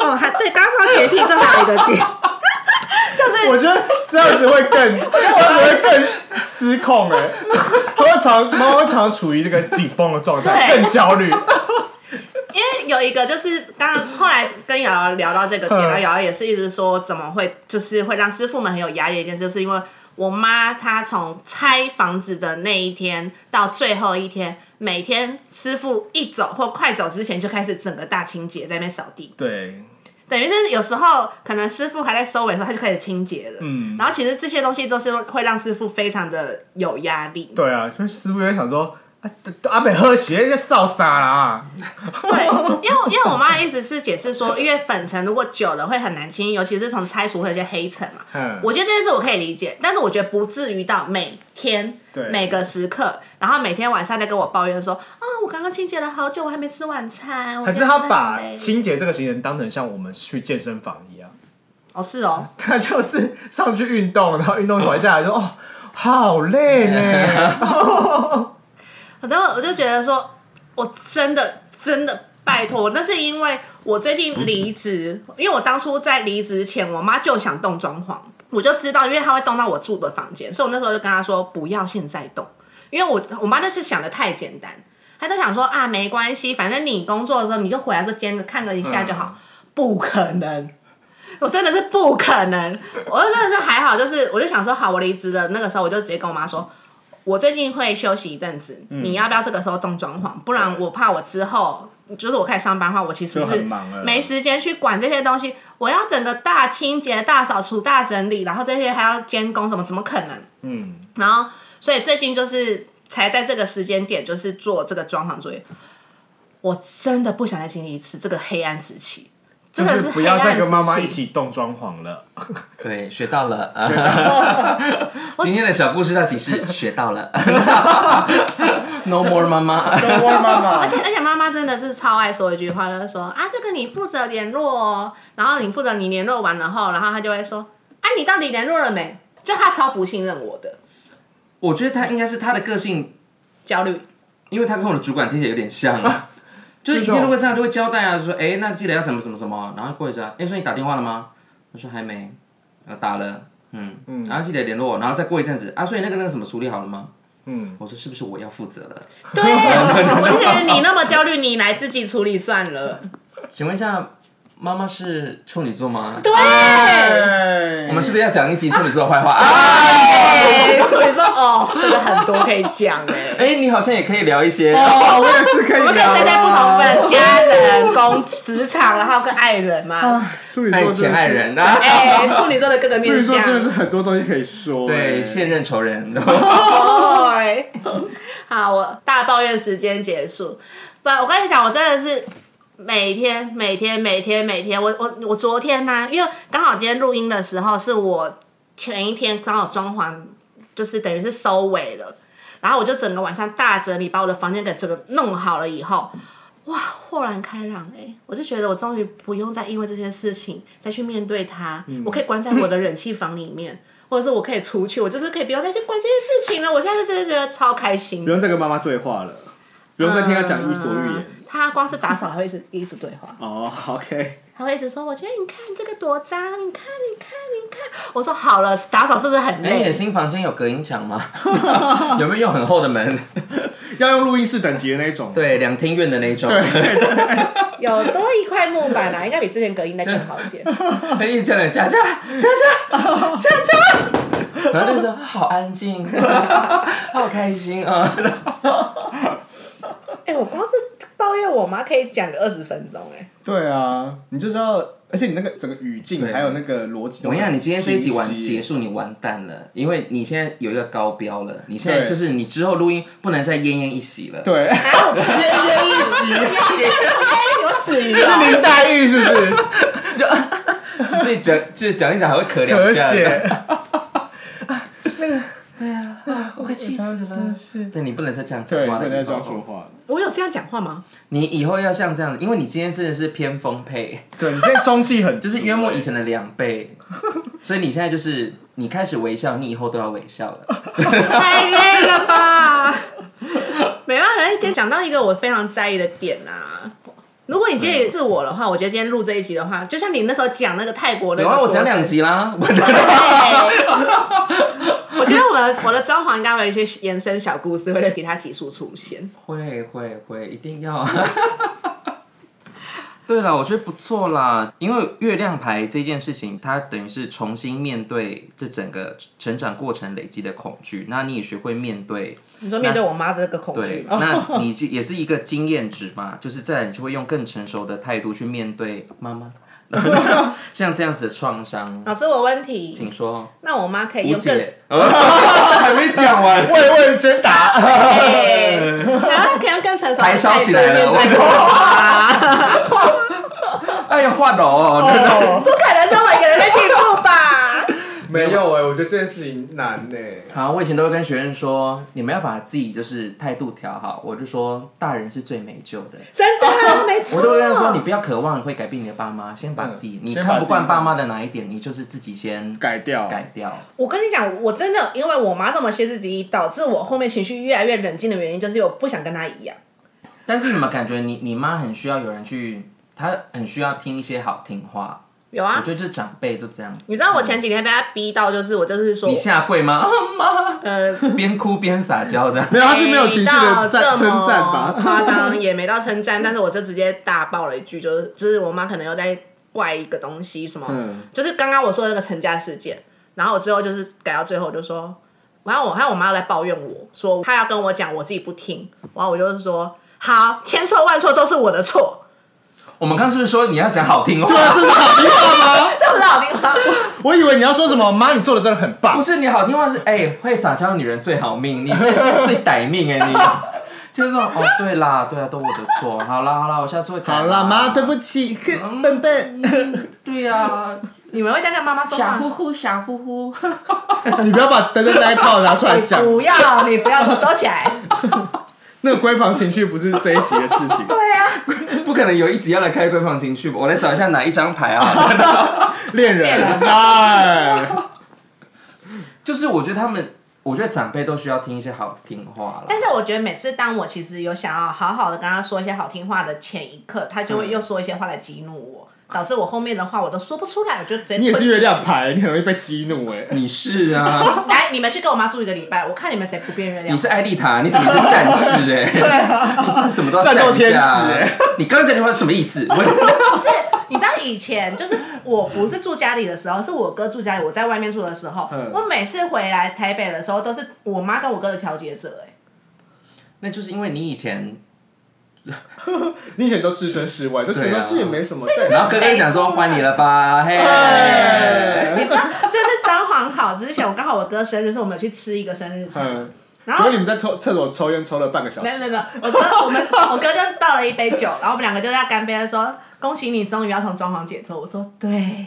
哦，还对，刚说洁癖就还有一个点，就 是
我觉得这样子会 更，这样子会更失控 哎、它会常猫会常处于这个紧绷的状态，
对
更焦 虑。
因为有一个就是刚刚后来跟瑶瑶聊到这个
嗯
点，然后瑶瑶也是一直说怎么会就是会让师傅们很有压力的一件事，就是因为我妈她从拆房子的那一天到最后一天，每天师傅一走或快走之前就开始整个大清洁在那边扫地，
对，
等于是有时候可能师傅还在收尾的时候，他就开始清洁了。
嗯
然后其实这些东西都是会让师傅非常的有压 力。
对啊，所以师傅也想说，啊，阿北喝血就烧傻啦。
对，因为因为我妈的意思是解释说，因为粉尘如果久了会很难清，尤其是从拆除会有一些黑尘嘛。
嗯
我觉得这件事我可以理解，但是我觉得不至于到每天
对
每个时刻，然后每天晚上在跟我抱怨说啊，我刚刚清洁了好久，我还没吃晚餐。我
可是他
真的
把
很累
清洁这个行程当成像我们去健身房一样，
哦是哦，
他就是上去运动，然后运动完下来说，哦，好累呢。
然后我就觉得说，我真的真的拜托，那是因为我最近离职，因为我当初在离职前，我妈就想动装潢，我就知道，因为她会动到我住的房间，所以我那时候就跟她说不要现在动，因为我我妈就是想的太简单，她就想说啊没关系，反正你工作的时候你就回来的时候兼个看个一下就好，
嗯
不可能。我真的是不可能，我真的是还好，就是我就想说，好，我离职了，那个时候我就直接跟我妈说，我最近会休息一阵子，
嗯
你要不要这个时候动装潢？不然我怕我之后就是我开始上班的话，我其实
就是很忙了
没时间去管这些东西。我要整个大清洁、大扫除、大整理，然后这些还要监工，什么怎么可能？
嗯，
然后所以最近就是才在这个时间点，就是做这个装潢作业。我真的不想再经历一次这个黑暗时期，真
就
的
是
黑
不要
暗
再跟妈妈
时
一
期
起动装潢了。
对，学到了。 今天的小故事到底是学到了 ？No more 妈妈。
都忘妈妈
而且而且妈妈真的是超爱说一句话，就是说啊，这个你负责联络哦，然后你负责你联络完了后，然后她就会说，啊，你到底联络了没？就她超不信任我的
我觉得他应该是他的个性，
焦 虑，
因为他跟我的主管听起来有点像 啊，就是一定都会这样，就会交代啊，就说哎、那记得要什么什么什么，然后过一下，哎、说你打电话了吗？我说还没，然后打了，嗯嗯，然后记得联络我，然后再过一阵子啊，所以那个那个什么处理好了吗？
嗯，
我说是不是我要负责了？
对，我就觉得你那么焦虑，你来自己处理算了。
请问一下，妈妈是处女座吗？
对，
我哎
我们是不是要讲一集处女座的坏 话啊？
哎处理说哦，真的很多可以讲哎、
哎、你好像也可以聊一些。
哦，我也是可以
我们可以
聊
站在不
啊
同的家人、工职场，然后跟爱人嘛。
处女座真
爱
的是
哎前爱，人啊，
哎、处女座的各个
处
面
女
相
座，真的是很多东西可以说。
对
哎
现任仇 人，
对， 好，我大抱怨时间结束。不，我跟你讲，我真的是每天、每天、每天、每天，我我我昨天呢、因为刚好今天录音的时候是我前一天刚好装潢就是等于是收尾了。然后我就整个晚上大整理，把我的房间给整个弄好了以后，哇，豁然开朗哎、我就觉得我终于不用再因为这件事情再去面对它，我可以关在我的冷气房里面，或者是我可以出去，我就是可以不用再去管这件事情了。我现在就真的觉得超开心
不，用再跟妈妈对话了，不用再听她讲伊索寓言。
他光是打扫还会一直一直对话。
哦，OK，
他会一直说：“我觉得你看这个多脏，你看，你看，你看。”我说：“好了，打扫是不是很
哎、你
累
的新房间有隔音墙吗？ 有没有用很厚的门？
要用录音室等级的那种。
对，两厅院的那种，
有多一块木板啊，应该比之前隔音再更好一点。
他 一直叫人佳佳佳 佳佳佳，然后就说好安静， 好开心啊。
哎、我光是抱怨我妈可以讲个二十分钟、哎，
对啊，你就知道，而且你那个整个语境
对
还有那个逻辑都
我
很清晰，
跟你讲，你今天这一集完结束，你完蛋了，因为你现在有一个高标了，你现在
对
就是你之后录音不能再奄奄一息了。
对，
啊，我不愿意一息，我
是林黛玉是不是？
自己讲，就是讲一讲还会咳两
咳
下。
血，
我会气死
真
了
的。是
对你不能再这样讲
对，
话
不
了。
能再
以
这
后
样说话了。
我有这样讲话吗？
你以后要像这样子，因为你今天真的是偏丰沛，
对你现在中气很，
就是约莫以前的两 倍，所以你现在就是你开始微笑，你以后都要微笑
哦
了。
太累了吧？没办法，哎今天讲到一个我非常在意的点啊。如果你今天也是我的话，我觉得今天录这一集的话，就像你那时候讲那个泰国那
有
个，
啊，我讲两。集啦。
我觉得我的我的装潢应该会有一些延伸小故事，会在其他集数出现。
会会会，一定要。 对了，我觉得不错啦，因为月亮牌这件事情，它等于是重新面对这整个成长过程累积的恐惧，那你也学会面对
你说面对我妈的这个恐惧哦
对，
吗？
那你就也是一个经验值嘛，就是在你就会用更成熟的态度去面对妈妈， 像这样子的创伤，
老师，我有问题，
请说，
那我妈可以
吴
用更
姐，还没讲完，
慰问先打，
哎， 然后可以用更成熟的
还烧
态度
起来
面对
了，我哎呀，话痨哦，真的
不可能这么一个人在进步 吧？
没有哎、我觉得这件事情难呢、
好，我以前都会跟学生说，你们要把自己就是态度调好，我就说大人是最没救的。
真的，啊没错。
我都会跟他说，你不要渴望会改变你的爸妈，先把自己、
嗯
你
先
看
把自
不
己
惯爸妈的哪一点，你就是自己先
改掉，
改掉。
我跟你讲，我真的因为我妈这么歇斯底里，导致我后面情绪越来越冷静的原因，就是我不想跟她一样。
但是你们感觉你你妈很需要有人去，她很需要听一些好听话。
有
我
啊，
觉得就是长辈都这样子。
你知道我前几天被她逼到，就是我就是说
你，下跪吗？啊 妈，
呃，
边哭边撒娇这样。
没有，他是没有情绪的
没到
赞
这么
称赞吧？
夸张也没到称赞，但是我就直接大爆了一句，就是就是我妈可能又在怪一个东西什么，
嗯
就是刚刚我说的那个成家事件，然后我最后就是改到最后我就说，然后我还有我妈又来抱怨我说她要跟我讲，我自己不听，然后我就是说好，千错万错都是我的错，
我们刚刚是不是说你要讲好听话？
啊
这是哎好听话吗？
这不是好听话。
我以为你要说什么，妈，你做的真的很棒
不。是你好听话是哎、会撒娇的女人最好命，你这是最歹 命哎、你。就是说哦，对啦，对啊，都我的错。好啦好啦，我下次会改啦。
好啦，妈，对不起，哼笨笨，
对呀、啊，
你们会这样跟妈妈说
傻
话
乎？乎傻乎乎。
你不要把德德那一套拿出来讲
你，不要，你不要，你收起来。
那个闺房情绪不是这一集的事情。
对啊，
不可能有一集要来开闺房情趣吧？我来找一下哪一张牌啊？
恋人，哎，
就是我觉得他们，我觉得长辈都需要听一些好听话了
但。是我觉得每次当我其实有想要好好的跟他说一些好听话的前一刻，他就会又说一些话来激怒我，导致我后面的话我都说不出来，我就直接
你也
吞
是
进去
月亮。牌，你很容易被激怒哎。
你是啊，
来，你们去跟我妈住一个礼拜，我看你们谁不变月亮。
你是艾丽塔，你怎么是战士 哎、对啊，你真的什么都要
战斗
站一下
天使欸
你刚刚讲那句话是什么意思？ 我
不是，你知道以前就是我不是住家里的时候，是我哥住家里，我在外面住的时候，
嗯
我每次回来台北的时候都是我妈跟我哥的调解者、哎，
那就是因为你以前，
你以前都置身事外，就觉
对啊
得这也没什么在。
然后哥哥讲说还你了 吧，嘿，
哎你知道，这是装潢好之前，我刚好我哥生日，是我们有去吃一个生日餐，
嗯，
然
结
后
果你们在抽厕所抽烟抽了半个小
没有没
时，
有没有，我哥我们我哥就倒了一杯酒，然后我们两个就在干杯，他说恭喜你终于要从装潢解脱。我说对，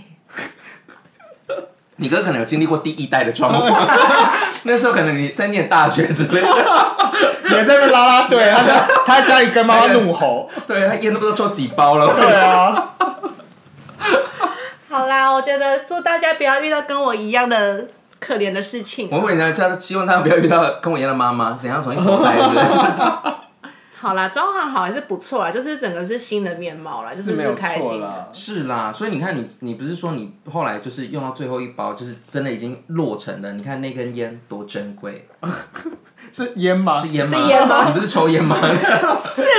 你哥可能有经历过第一代的状况， 那时候可能你在念大学之 类的，
你还在那边拉拉队，他在他在家里跟妈妈怒吼。
对他烟都不知道抽几包了。
对啊，
好啦，我觉得祝大家不要遇到跟我一样的可怜的事情。
我问一下，希望他们不要遇到跟我一样的妈妈，怎样重新投胎是 不是
好啦，装潢好还是不错啊，就是整个是新的面貌啦，就是
没有
开
错
心。
啦。
是啦，所以你看你，你不是说你后来就是用到最后一包，就是真的已经落成了。你看那根烟多珍贵，
是烟吗？
是烟吗？
是烟吗
你不是抽 烟吗？
是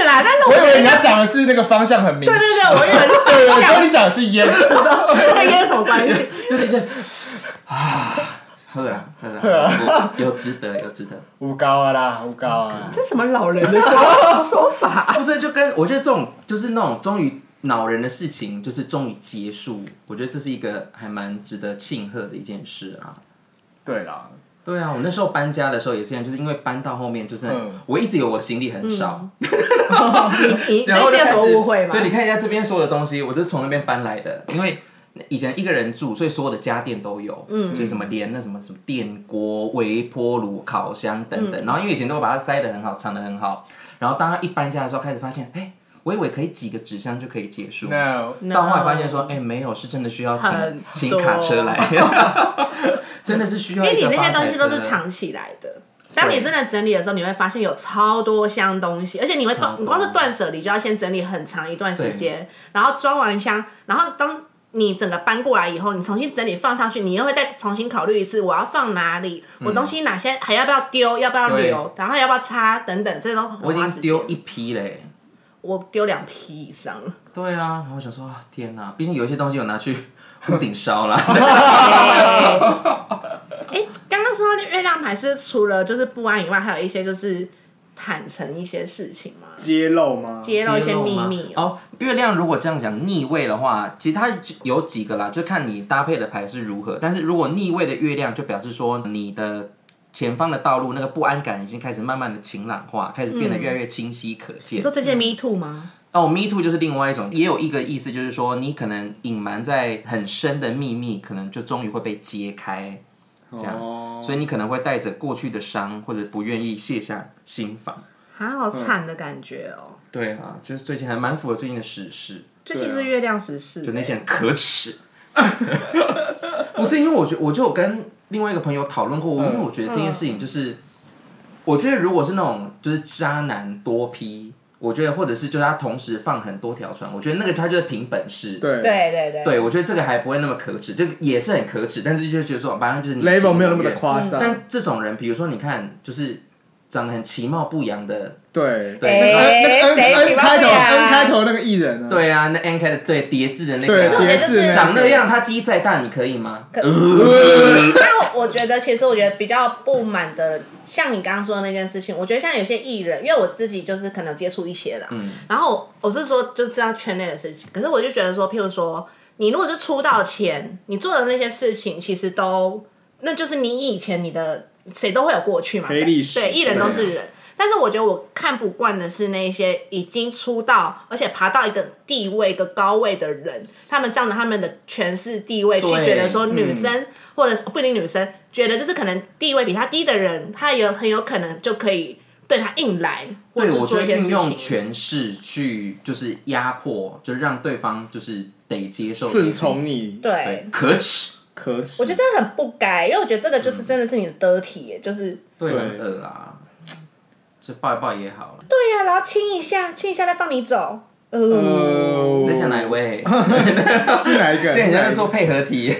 啦，但是
我
我
以
觉
为你要
得，
讲的是那个方向很明
对
显。
对对，我以为是
对，我
分
觉得
享
你，讲的是烟。
这个有什么关系？
就是就啊，喝了喝了，有有值得有值得。
五高啊啦，五高啊。
这什么老人的 说说法？
啊不是，就跟我觉得这种就是那种终于恼人的事情，就是终于结束。我觉得这是一个还蛮值得庆贺的一件事啊。
对啦，
对啊，我那时候搬家的时候也是这样，就是因为搬到后面，就是、
嗯
我一直有我的行李很少，
你你对
然后
这有
就开
什
始
么误会吗
对，？你看一下这边所有的东西，我都从那边搬来的，因为。以前一个人住，所以所有的家电都有，嗯，就是什么连那什么什么电锅、微波炉、烤箱等
嗯
等。然后因为以前都把它塞得很好，藏得很好。然后当他一搬家的时候，开始发现，哎、我以为可以几个纸箱就可以结束，
那
到后来发现说，哎、没有，是真的需要请
很
请
多
卡车来， 真的是需要
因为
一
你那
个发
些东
财
西都
车
是藏起来的。当你真的整理的时候，你会发现有超多箱东西，而且你会
超
断，
多
你光是断舍离就要先整理很长一段时间，然后装完箱，然后当你整个搬过来以后，你重新整理放上去，你又会再重新考虑一次，我要放哪里，我东西哪些还要不要丢，要不要
对
留，然后要不要擦等等，这些都很
我已
花
经
时
丢
间。
一批嘞。
我丢两批以 上，
对啊，然后我想说，啊天哪，毕竟有一些东西我拿去 屋顶 烧了。
哎、刚刚说到月亮牌是除了就是不安以外，还有一些就是坦诚一些事情嘛，
揭露吗？
揭露一些秘密
揭露吗 哦。月亮如果这样讲逆位的话，其实它有几个啦，就看你搭配的牌是如何。但是如果逆位的月亮，就表示说你的前方的道路那个不安感已经开始慢慢的晴朗化，开始变得越来越清晰可见。
嗯你说这件 Me Too 吗？
哦，me too 就是另外一种，也有一个意思，就是说你可能隐瞒在很深的秘密，可能就终于会被揭开，这样，所以你可能会带着过去的伤或者不愿意卸下心防。
啊，好惨的感觉哦。
对啊，就是最近还蛮符合最近的时事，
最近是月亮十四，欸
就那些人可 耻。不是因为我觉，我就有跟另外一个朋友讨论过，我因为我觉得这件事情就是，我觉得如果是那种就是渣男多批，我觉得或者是就是他同时放很多条船，我觉得那个他就是凭本事。
对
对。
对对对
对，我觉得这个还不会那么可耻，这个也是很可耻，但是就觉得说，反正就是你
，level
情
没有那么的
愿
夸张。
但这种人，比如说你看，就是长得很其貌不扬的，
对
对
那
哎
个
谁
N
喜
N
欢
开头
这样
N 开头那个艺人啊，
对啊，那 N 开的对叠字的那
对
我觉
个啊
得
别
就
致
是
长那样，他鸡再大，你可以吗？
但我觉得，其实我觉得比较不满的，像你刚刚说的那件事情，我觉得像有些艺人，因为我自己就是可能有接触一些啦，然后我是说就知道圈内的事情，可是我就觉得说，譬如说，你如果是出道前，你做的那些事情，其实都那就是你以前你的谁都会有过去嘛，
黑历史
对，艺人都是人。但是我觉得我看不惯的是那些已经出道，而且爬到一个地位、一个高位的人，他们仗着他们的权势地位去
对
觉得说女生、
嗯
或者是哦不一定女生，觉得就是可能地位比他低的人，他有很有可能就可以对他硬来，或
对，
者是
我觉
做
得
一些
运
事
用
情。
权势去就是压迫，就是让对方就是得接受
顺从，你
对
对，，可耻，
可耻。
我觉得这很不该，因为我觉得这个就是真的是你的得体耶，就是
对，
对
很恶啊，就抱一抱也好了。
对呀、啊然后亲一下，亲一下再放你走，呃，
呃
你在讲哪一位？
是哪一个？
现在你在做配合题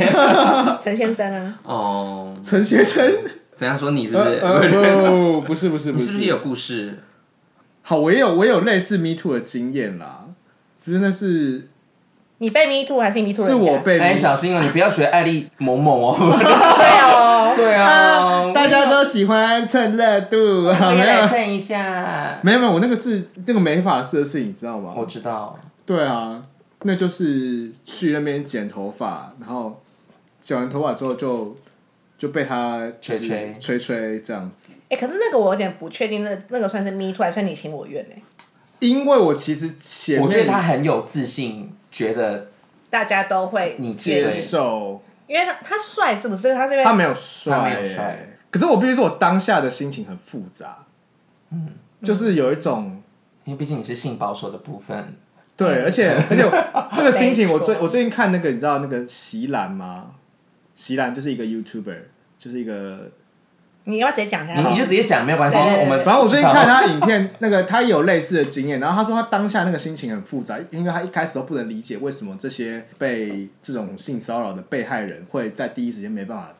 陈先生啊，
哦。
陈先生？
怎样说你是不
呃
是？
呃，不，不是不是不
你是不
是
是也。有故事？
好，我也有我也有类似 Me Too 的经验啦，就是那是
你被 me too 还是 me too
是我被
哎、
迷
小心哦、你不要学艾丽某某哦。
对哦，
对 啊，
大家都喜欢蹭热度啊，
我
没
也
有
来蹭一下。
没有没有，我那个是那个美发师的事，你知道吗？
我知道，
对啊，那就是去那边剪头发，然后剪完头发之后就就被他就是
吹吹
吹吹这样子。
哎、可是那个我有点不确定，那那个算是 me too 还是你情我愿呢、
因为我其实前面
我觉得他很有自信，觉得
大家都会
你接
接
受，
受，
因因为他他帅是不是？他这边
他没有帅，
他没有帅
可是我必须说，我当下的心情很复杂，嗯，就是有一种
因为毕竟你是性保守的部分，嗯
对，而 且而且我这个心情，我最
没错
我最近看那个，你知道那个席兰吗？席兰就是一个 YouTuber，就是一个，
你要不要直接讲一下
你你就直接讲没有关系，
对对对
我们
反正我最近看他影片，那 个他也有类似的经验，然后他说他当下那个心情很复杂，因为他一开始都不能理解为什么这些被这种性骚扰的被害人会在第一时间没办法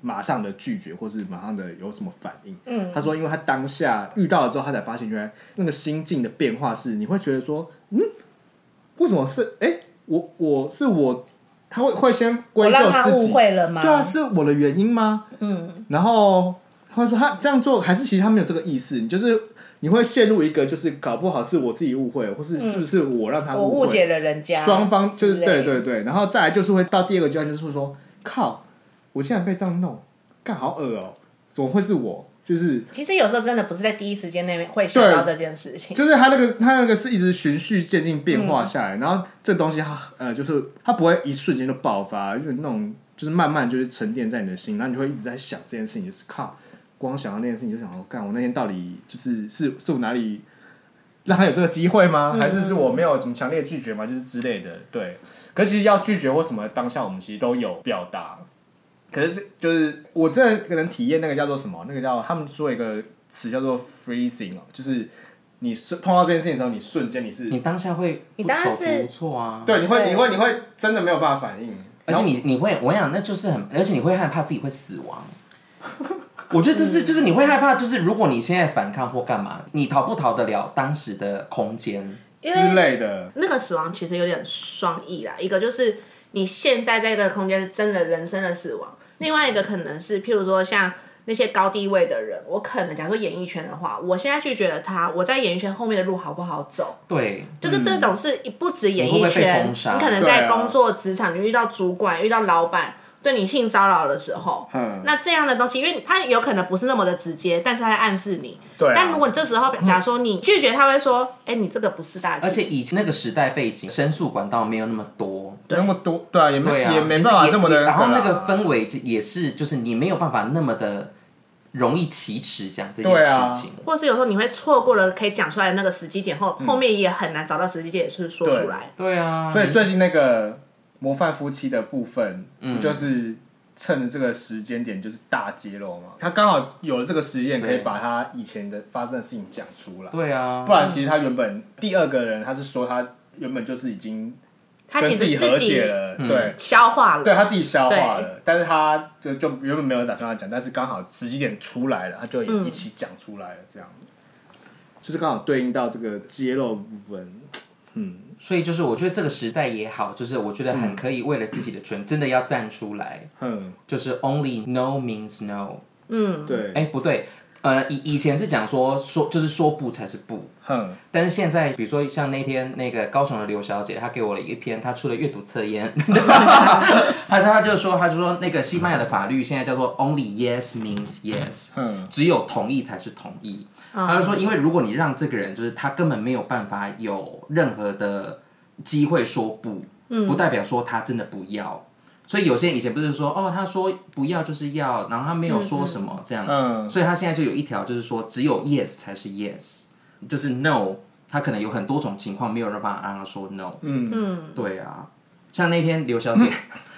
马上的拒绝，或是马上的有什么反应。
嗯
他说，因为他当下遇到了之后，他才发现原来那个心境的变化是，你会觉得说，嗯，为什么是哎、我我是我，他会会先
我
归咎
让他
自
误
己，
会了吗？
对啊，是我的原因吗？
嗯，
然后他会说他这样做，还是其实他没有这个意思，你就是你会陷入一个就是搞不好是我自己误会，或是是不是我让他
嗯我误
啊会
解了人家，
双方就是
之类
对对对，然后再来就是会到第二个阶段，就是说，靠，我竟然被这样弄，干好恶哦、怎么会是我？就是
其实有时候真的不是在第一时间内会想到这件事情，
就是他那个他那个是一直循序渐进变化下来，然后这东西它呃就是它不会一瞬间就爆发，就是那种就是慢慢就是沉淀在你的心，然后你就会一直在想这件事情，就是靠光想到那件事情就想说，哦干我那天到底就是是是我哪里让他有这个机会吗？还是是我没有什么强烈拒绝吗？就是之类的，对。可是其实要拒绝或什么，当下我们其实都有表达。可是这就是我这个人体验那个叫做什么？那个叫他们说一个词叫做 freezing 哦，就是你瞬碰到这件事情的时候，你瞬间你是
你当下会
你
不
当然
手
是
足无措啊，
对，你会
对
你会你会真的没有办法反应，
而且你你会，我想那就是很，而且你会害怕自己会死亡。 我觉得这是就是你会害怕，就是如果你现在反抗或干嘛，你逃不逃得了当时的空间？
因
之
为
类的。
那个死亡其实有点双翼啦，一个就是你现在在这个空间是真的人生的死亡，另外一个可能是譬如说像。那些高地位的人，我可能假如说演艺圈的话，我现在拒绝了他，我在演艺圈后面的路好不好走？
对，
就是这种是不止演
你会
艺
不会被
圈，
封杀
你可能
对啊
在工作职场，你遇到主管、遇到老板对你性骚扰的时候，
嗯，
那这样的东西，因为他有可能不是那么的直接，但是他在暗示你。
对啊
但如果你这时候，假如说你拒绝，他会说：“哎、你这个不是大忌。”
而且以前那个时代背景，申诉管道没有那么多，
那么多对啊，也
对
没
啊，
也没办法这么
就是
的。啊
也然后那个氛围就也是，就是你没有办法那么的容易启齿讲这件
对啊
事情。
或是有时候你会错过了可以讲出来的那个时机点
嗯
后，后面也很难找到时机点去说出来。
对啊，
所以最近那个模范夫妻的部分，就是趁着这个时间点，就是大揭露嘛。他刚好有了这个实验，可以
对
把他以前的发生的事情讲出来。
对啊，
不然，其实他原本第二个人，他是说他原本就是已经
他
跟
其
自己
实
和
自
解
己
了，
嗯
对。
消化了，
啊
对他自己消化了，但是他就就原本没有打算要讲，但是刚好时机点出来了，他就也一起讲出来了，这样。就是刚好对应到这个揭露部分，
所以就是我觉得这个时代也好，就是我觉得很可以为了自己的权，真的要站出来，
嗯，
就是 only no means no。
嗯，
对，
哎，不对，呃，以以前是讲说说就是说不才是不，
哼，
但是现在比如说像那天那个高雄的刘小姐，她给我了一篇她出了阅读测验，她她就说她就说那个西班牙的法律现在叫做 only yes means yes，
嗯
只有同意才是同意。她就说，因为如果你让这个人就是他根本没有办法有任何的机会说不，不代表说他真的不要。所以有些人以前不是说哦，他说不要就是要，然后他没有说什么这样，
嗯
所以他现在就有一条就是说，只有 yes 才是 yes，就是 no，他可能有很多种情况没有办法让他说 no。
嗯
对啊，像那天刘 小姐，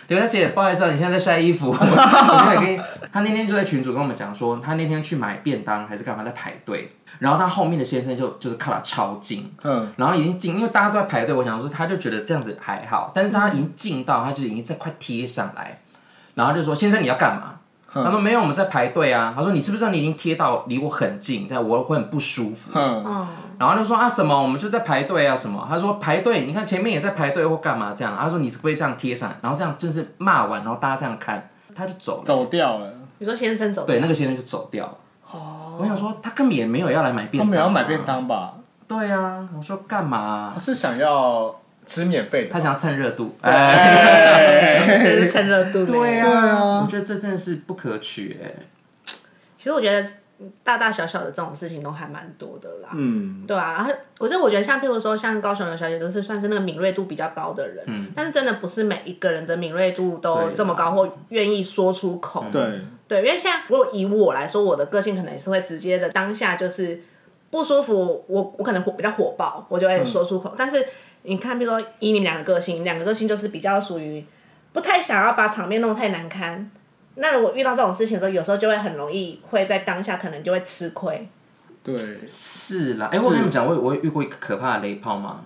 刘小姐，不好意思、啊，你现在在晒衣服，我 现在给你。她那天就在群主跟我们讲说，她那天去买便当还是干嘛在排队，然后她后面的先生就就是靠她超近，
嗯，
然后已经近，因为大家都在排队，我想说她就觉得这样子还好，但是她已经近到，她就已经在快贴上来，然后就说先生你要干嘛？他说没有，我们在排队啊。他说你知不知道你已经贴到离我很近，但我会很不舒服。
哼，
嗯，
然后他就说啊什么，我们就在排队啊什么。他说排队，你看前面也在排队或干嘛这样。他说你是不会这样贴上，然后这样就是骂完，然后大家这样看，他就走了。
走掉了，
你说先生走，
对，那个先生就走掉了。
哦，
我想说他根本也没有要来买便
他
当、
们要买便。当吧？
对啊，我说干嘛啊、
他是想要吃免费的，
他想要蹭热度。
啊
这
哎，
是趁热度。
对
呀，
啊，我觉得这真的是不可取哎、
其实我觉得大大小小的这种事情都还蛮多的啦。
嗯，
对啊，然后可是我觉得像譬如说像高雄的小姐都是算是那个敏锐度比较高的人，但是真的不是每一个人的敏锐度都
嗯对啊嗯
这么高或愿意说出口。
对，
对，因为像如果以我来说，我的个性可能也是会直接的当下就是不舒服，我我可能火比较火爆，我
嗯
就会说出口。但是你看，比如说以你们两个个性，你们两个个性就是比较属于不太想要把场面弄得太难堪。那如果遇到这种事情的时候，有时候就会很容易会在当下可能就会吃亏。
对，
是啦，哎、我跟你们讲，我有我有遇过一个可怕的雷炮吗？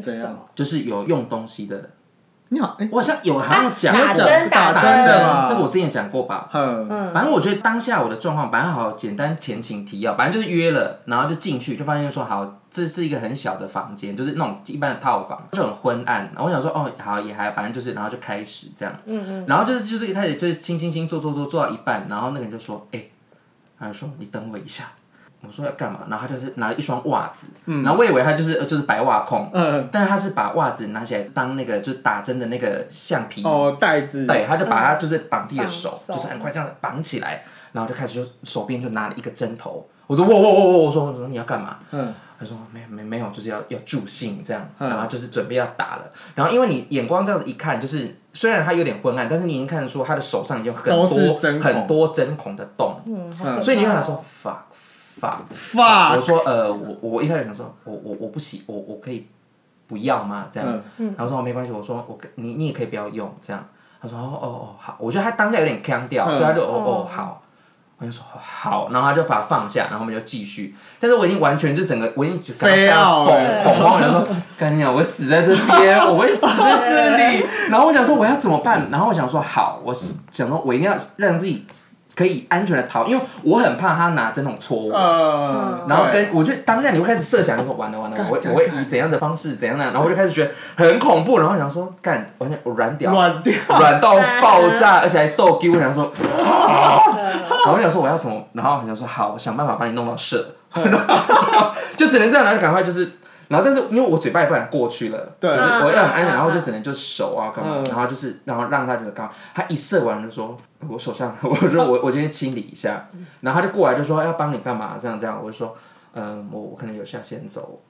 怎
什
样
么？
就是有用东西的，
你好，哎，啊
我好像有好像有讲
打
过
针
打
针
针啊
这个我之前讲过吧？
哼，
嗯
反正我觉得当下我的状况，反正好简单前情提要，反正就是约了，然后就进去，就发现说好，这是一个很小的房间，就是那种一般的套房，就很昏暗。然后我想说哦，好也还，反正就是，然后就开始这样，嗯嗯，然后就是就是一开始就是亲亲亲做做做做到一半，然后那个人就说，哎、他就说你等我一下。我说要干嘛？然后他就是拿了一双袜子，然后我以为他就是呃就是白袜控，
嗯，
但是他是把袜子拿起来当那个就是打针的那个橡皮
哦，袋子，嗯
对，他就把他就是绑自己的手，
绑手
就是很快这样子绑起来，然后就开始就手边就拿了一个针头，我说哇哇哇哇，我说我说你要干嘛？
嗯，
他说没没没有，就是要要助兴这样，然后就是准备要打了，然后因为你眼光这样子一看，就是虽然他有点昏暗，但是你已经看得出他的手上已经有很
都是
多
针孔
很多针孔的洞，
嗯
所以你
哦
就想说 fuck fuck，
发
我，说呃，我我一开始想说，我我我不喜，我我可以不要吗？这
嗯
样，然后说、哦、没关系，我说我可你你也可以不要用这样。他说哦哦哦好，我觉得他当下有点腔掉，
嗯
所以他就哦哦好，我就说哦好，然后他就把它放下，然后我们就继续。但是我已经完全就整个我已经感
非
到
要
恐
欸
恐慌，我想说，干你啊娘，我死在这边，我会死在这里。然后我想说我要怎么办？然后我想说好，我想说我一定要让自己可以安全的逃，因为我很怕他拿针筒戳我。
嗯
呃，
然后跟我就当下你会开始设想，就说完了完了，我
干
我会
干
以怎样的方式怎样的，然后我就开始觉得很恐怖，然后想说干完全我软屌
软掉，
软到爆炸，而且还逗丢，我 想说，啊然后我想说我要什么，然后我想说好，我想办法把你弄到射， 就只能这样，然后就赶快就是。然后，但是因为我嘴巴也不敢过去了，
对
就是我要很安全，
嗯
然后就只能就手啊干嘛，
嗯
然后就是然后让他这个干嘛，他一射完就说，我手上，我 说我我今天清理一下，然后他就过来就说哎要帮你干嘛，这样这样，我就说，嗯，我我可能有事要先走，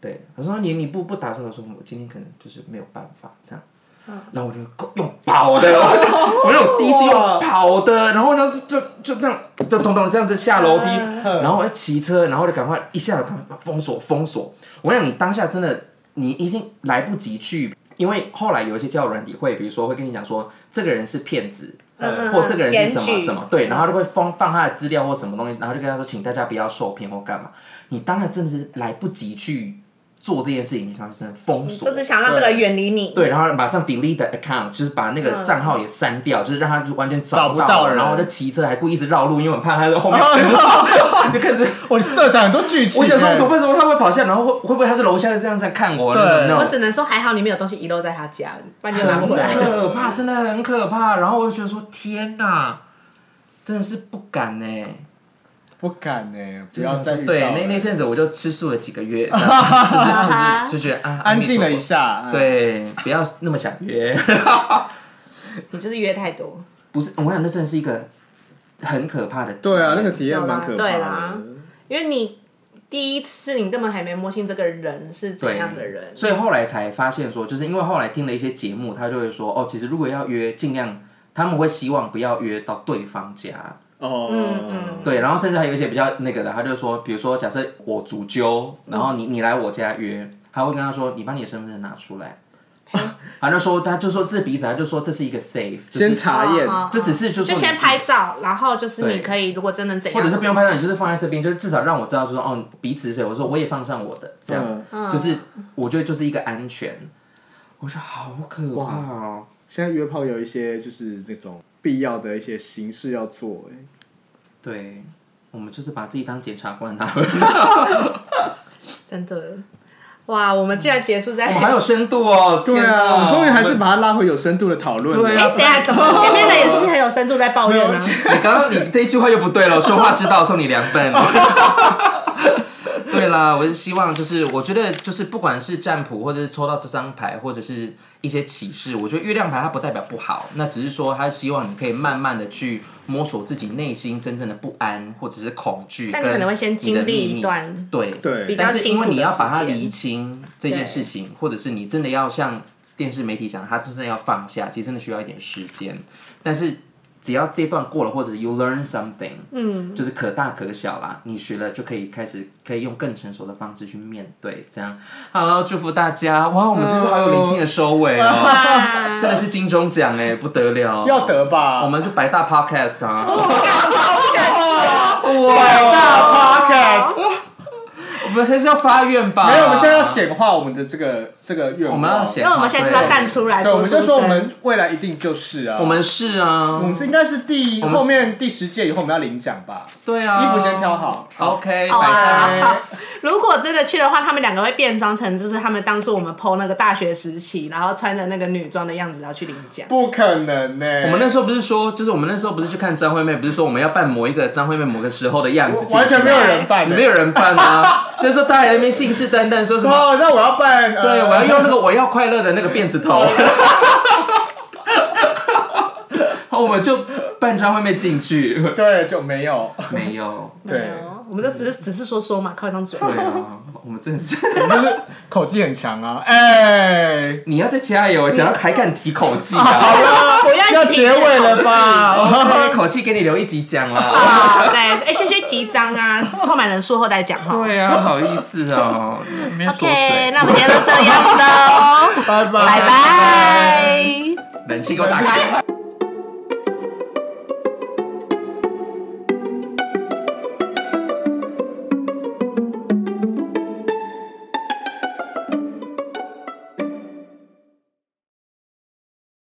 对，他说你你不不打算，我说我今天可能就是没有办法这样，
嗯
然后我就用 跑的，我那种第一次用跑的，然后呢就就这样就咚咚这样子下楼梯，
嗯
然后我就骑车，然后就赶快一下赶快封锁封锁。我让你当下真的你已经来不及去，因为后来有一些交友软体会，比如说会跟你讲说这个人是骗子，
嗯
或这个人是什
检
么
举
什么，对，然后就会放放他的资料或什么东西，然后就跟他说，请大家不要受骗或干嘛。你当然真的是来不及去做这件事情，你当时真的封
嗯
锁，
就是想让这个远离你。
对，然后马上 delete the account，就是把那
嗯
个账号也删掉，就是让他就完全找
找不到
我
人
然后我就骑车还故意一直绕路，因为我很怕他在后面跟不上， 就开始。
我设想很多剧情，
哦我想说，
哎
我为什么他会跑下来，然后会会不会他是楼下的这样在看我？
对
然后
我
no
只能说还好你没有东西遗漏在他家，不然就拿
很
不回来。
可怕，真的很可怕。然后我就觉得说，天哪，真的是不敢呢、
不敢呢，不要再遇到
对，那那阵子我就吃素了几个月，这 样就是就是就觉得啊，
安静了一，下，嗯，
对，不要那么想约。
你就是约太多，
不是，我想那真的是一个很可怕的。
对啊，那个体验蛮可怕
对
的
啦，因为你第一次你根本还没摸清这个人是怎样的人，哦
所以后来才发现说，就是因为后来听了一些节目，他就会说，哦，其实如果要约，尽量他们会希望不要约到对方家，
哦，
嗯嗯，
对，然后甚至还有一些比较那个的，他就说，比如说假设我主揪，然后你你来我家约，他会跟他说，你把你的身份证拿出来，他就说他就说这鼻子，他就说这是一个 safe，就是
先查验，
啊
就只是就
就
说你
先拍照，然后就是
对
你可以如果真的怎样，
或者是不用拍照，你就是放在这边，就是至少让我知道说哦，彼此是谁。我说我也放上我的，这样、
嗯
就是我觉得就是一个安全。我觉得好可怕哦！
现在约炮有一些就是那种必要的一些形式要做，哎
对，我们就是把自己当检察官啊，
真的，哇，我们竟然结束在
我们还有深度哦！
对
天哪
啊，我们终于还是把它拉回有深度的讨论，
对
哎，
啊
等一下怎么前面的也是很有深度在抱怨呢？啊
你刚刚你这一句话又不对了，说话之道送你两份。对啦，我是希望就是我觉得就是不管是占卜或者是抽到这张牌或者是一些启示，我觉得月亮牌它不代表不好，那只是说它希望你可以慢慢的去摸索自己内心真正的不安或者是恐惧，
但你可能会先经历一段
对
对比
较
但是因为你要把它
辛苦的时间
厘清这件事情，或者是你真的要像电视媒体讲，它真的要放下，其实真的需要一点时间，但是。只要这段过了，或者是 you learn something，嗯，就是可大可小啦。你学了就可以开始，可以用更成熟的方式去面对。这样，好了，祝福大家！哇，我们真是好有灵性的收尾哦，
哇
真的是金钟奖哎，不得了！
要得吧？
我们是百大 podcast 啊，
百大 podcast，
我们还是要发愿吧？
哎没有，我们现在要，显化我们的这个这个愿望。
我们要，显
因
化，
为我们现在就要站出来
对，
说
我们
出声，
就说我们未来一定就是啊，
我们是啊，
我们是应该是第
我们是
后面第十届以后我们要领奖吧？
对啊，
衣服先挑哦好。
OK，
好啊
拜拜。
好 如果真的去的话，他们两个会变装成就是他们当初我们 PO 那个大学时期，然后穿着那个女装的样子，然后去领奖。
不可能欸呢、
我们那时候不是说，就是我们那时候不是去看张惠妹，不是说我们要扮某一个张惠妹某个时候的样子，
完全没有人办、欸，
进去吗没有人扮啊。 那时候大家在那边信誓旦旦说什么，
哦，那我要办，呃
对我要用那个我要快乐的那个辫 子头，我们就扮张惠妹进去，
对就没有，
没有，
对，
哦我们就只是只是说说嘛，靠一张嘴。
对啊，我们真的是，
我们就是口技很强啊，哎、
你要再加油，讲到还敢提口技啊
好， 了，
我要
要结尾了吧？
对口气给你留一集讲啦。
啊，对，哎，谢谢集章啊，后满人术后再讲哈。
对啊，好意思哦，里面说
OK，
嘴，
那我们今天就这样喽，
拜拜
拜拜。
冷气给我打开。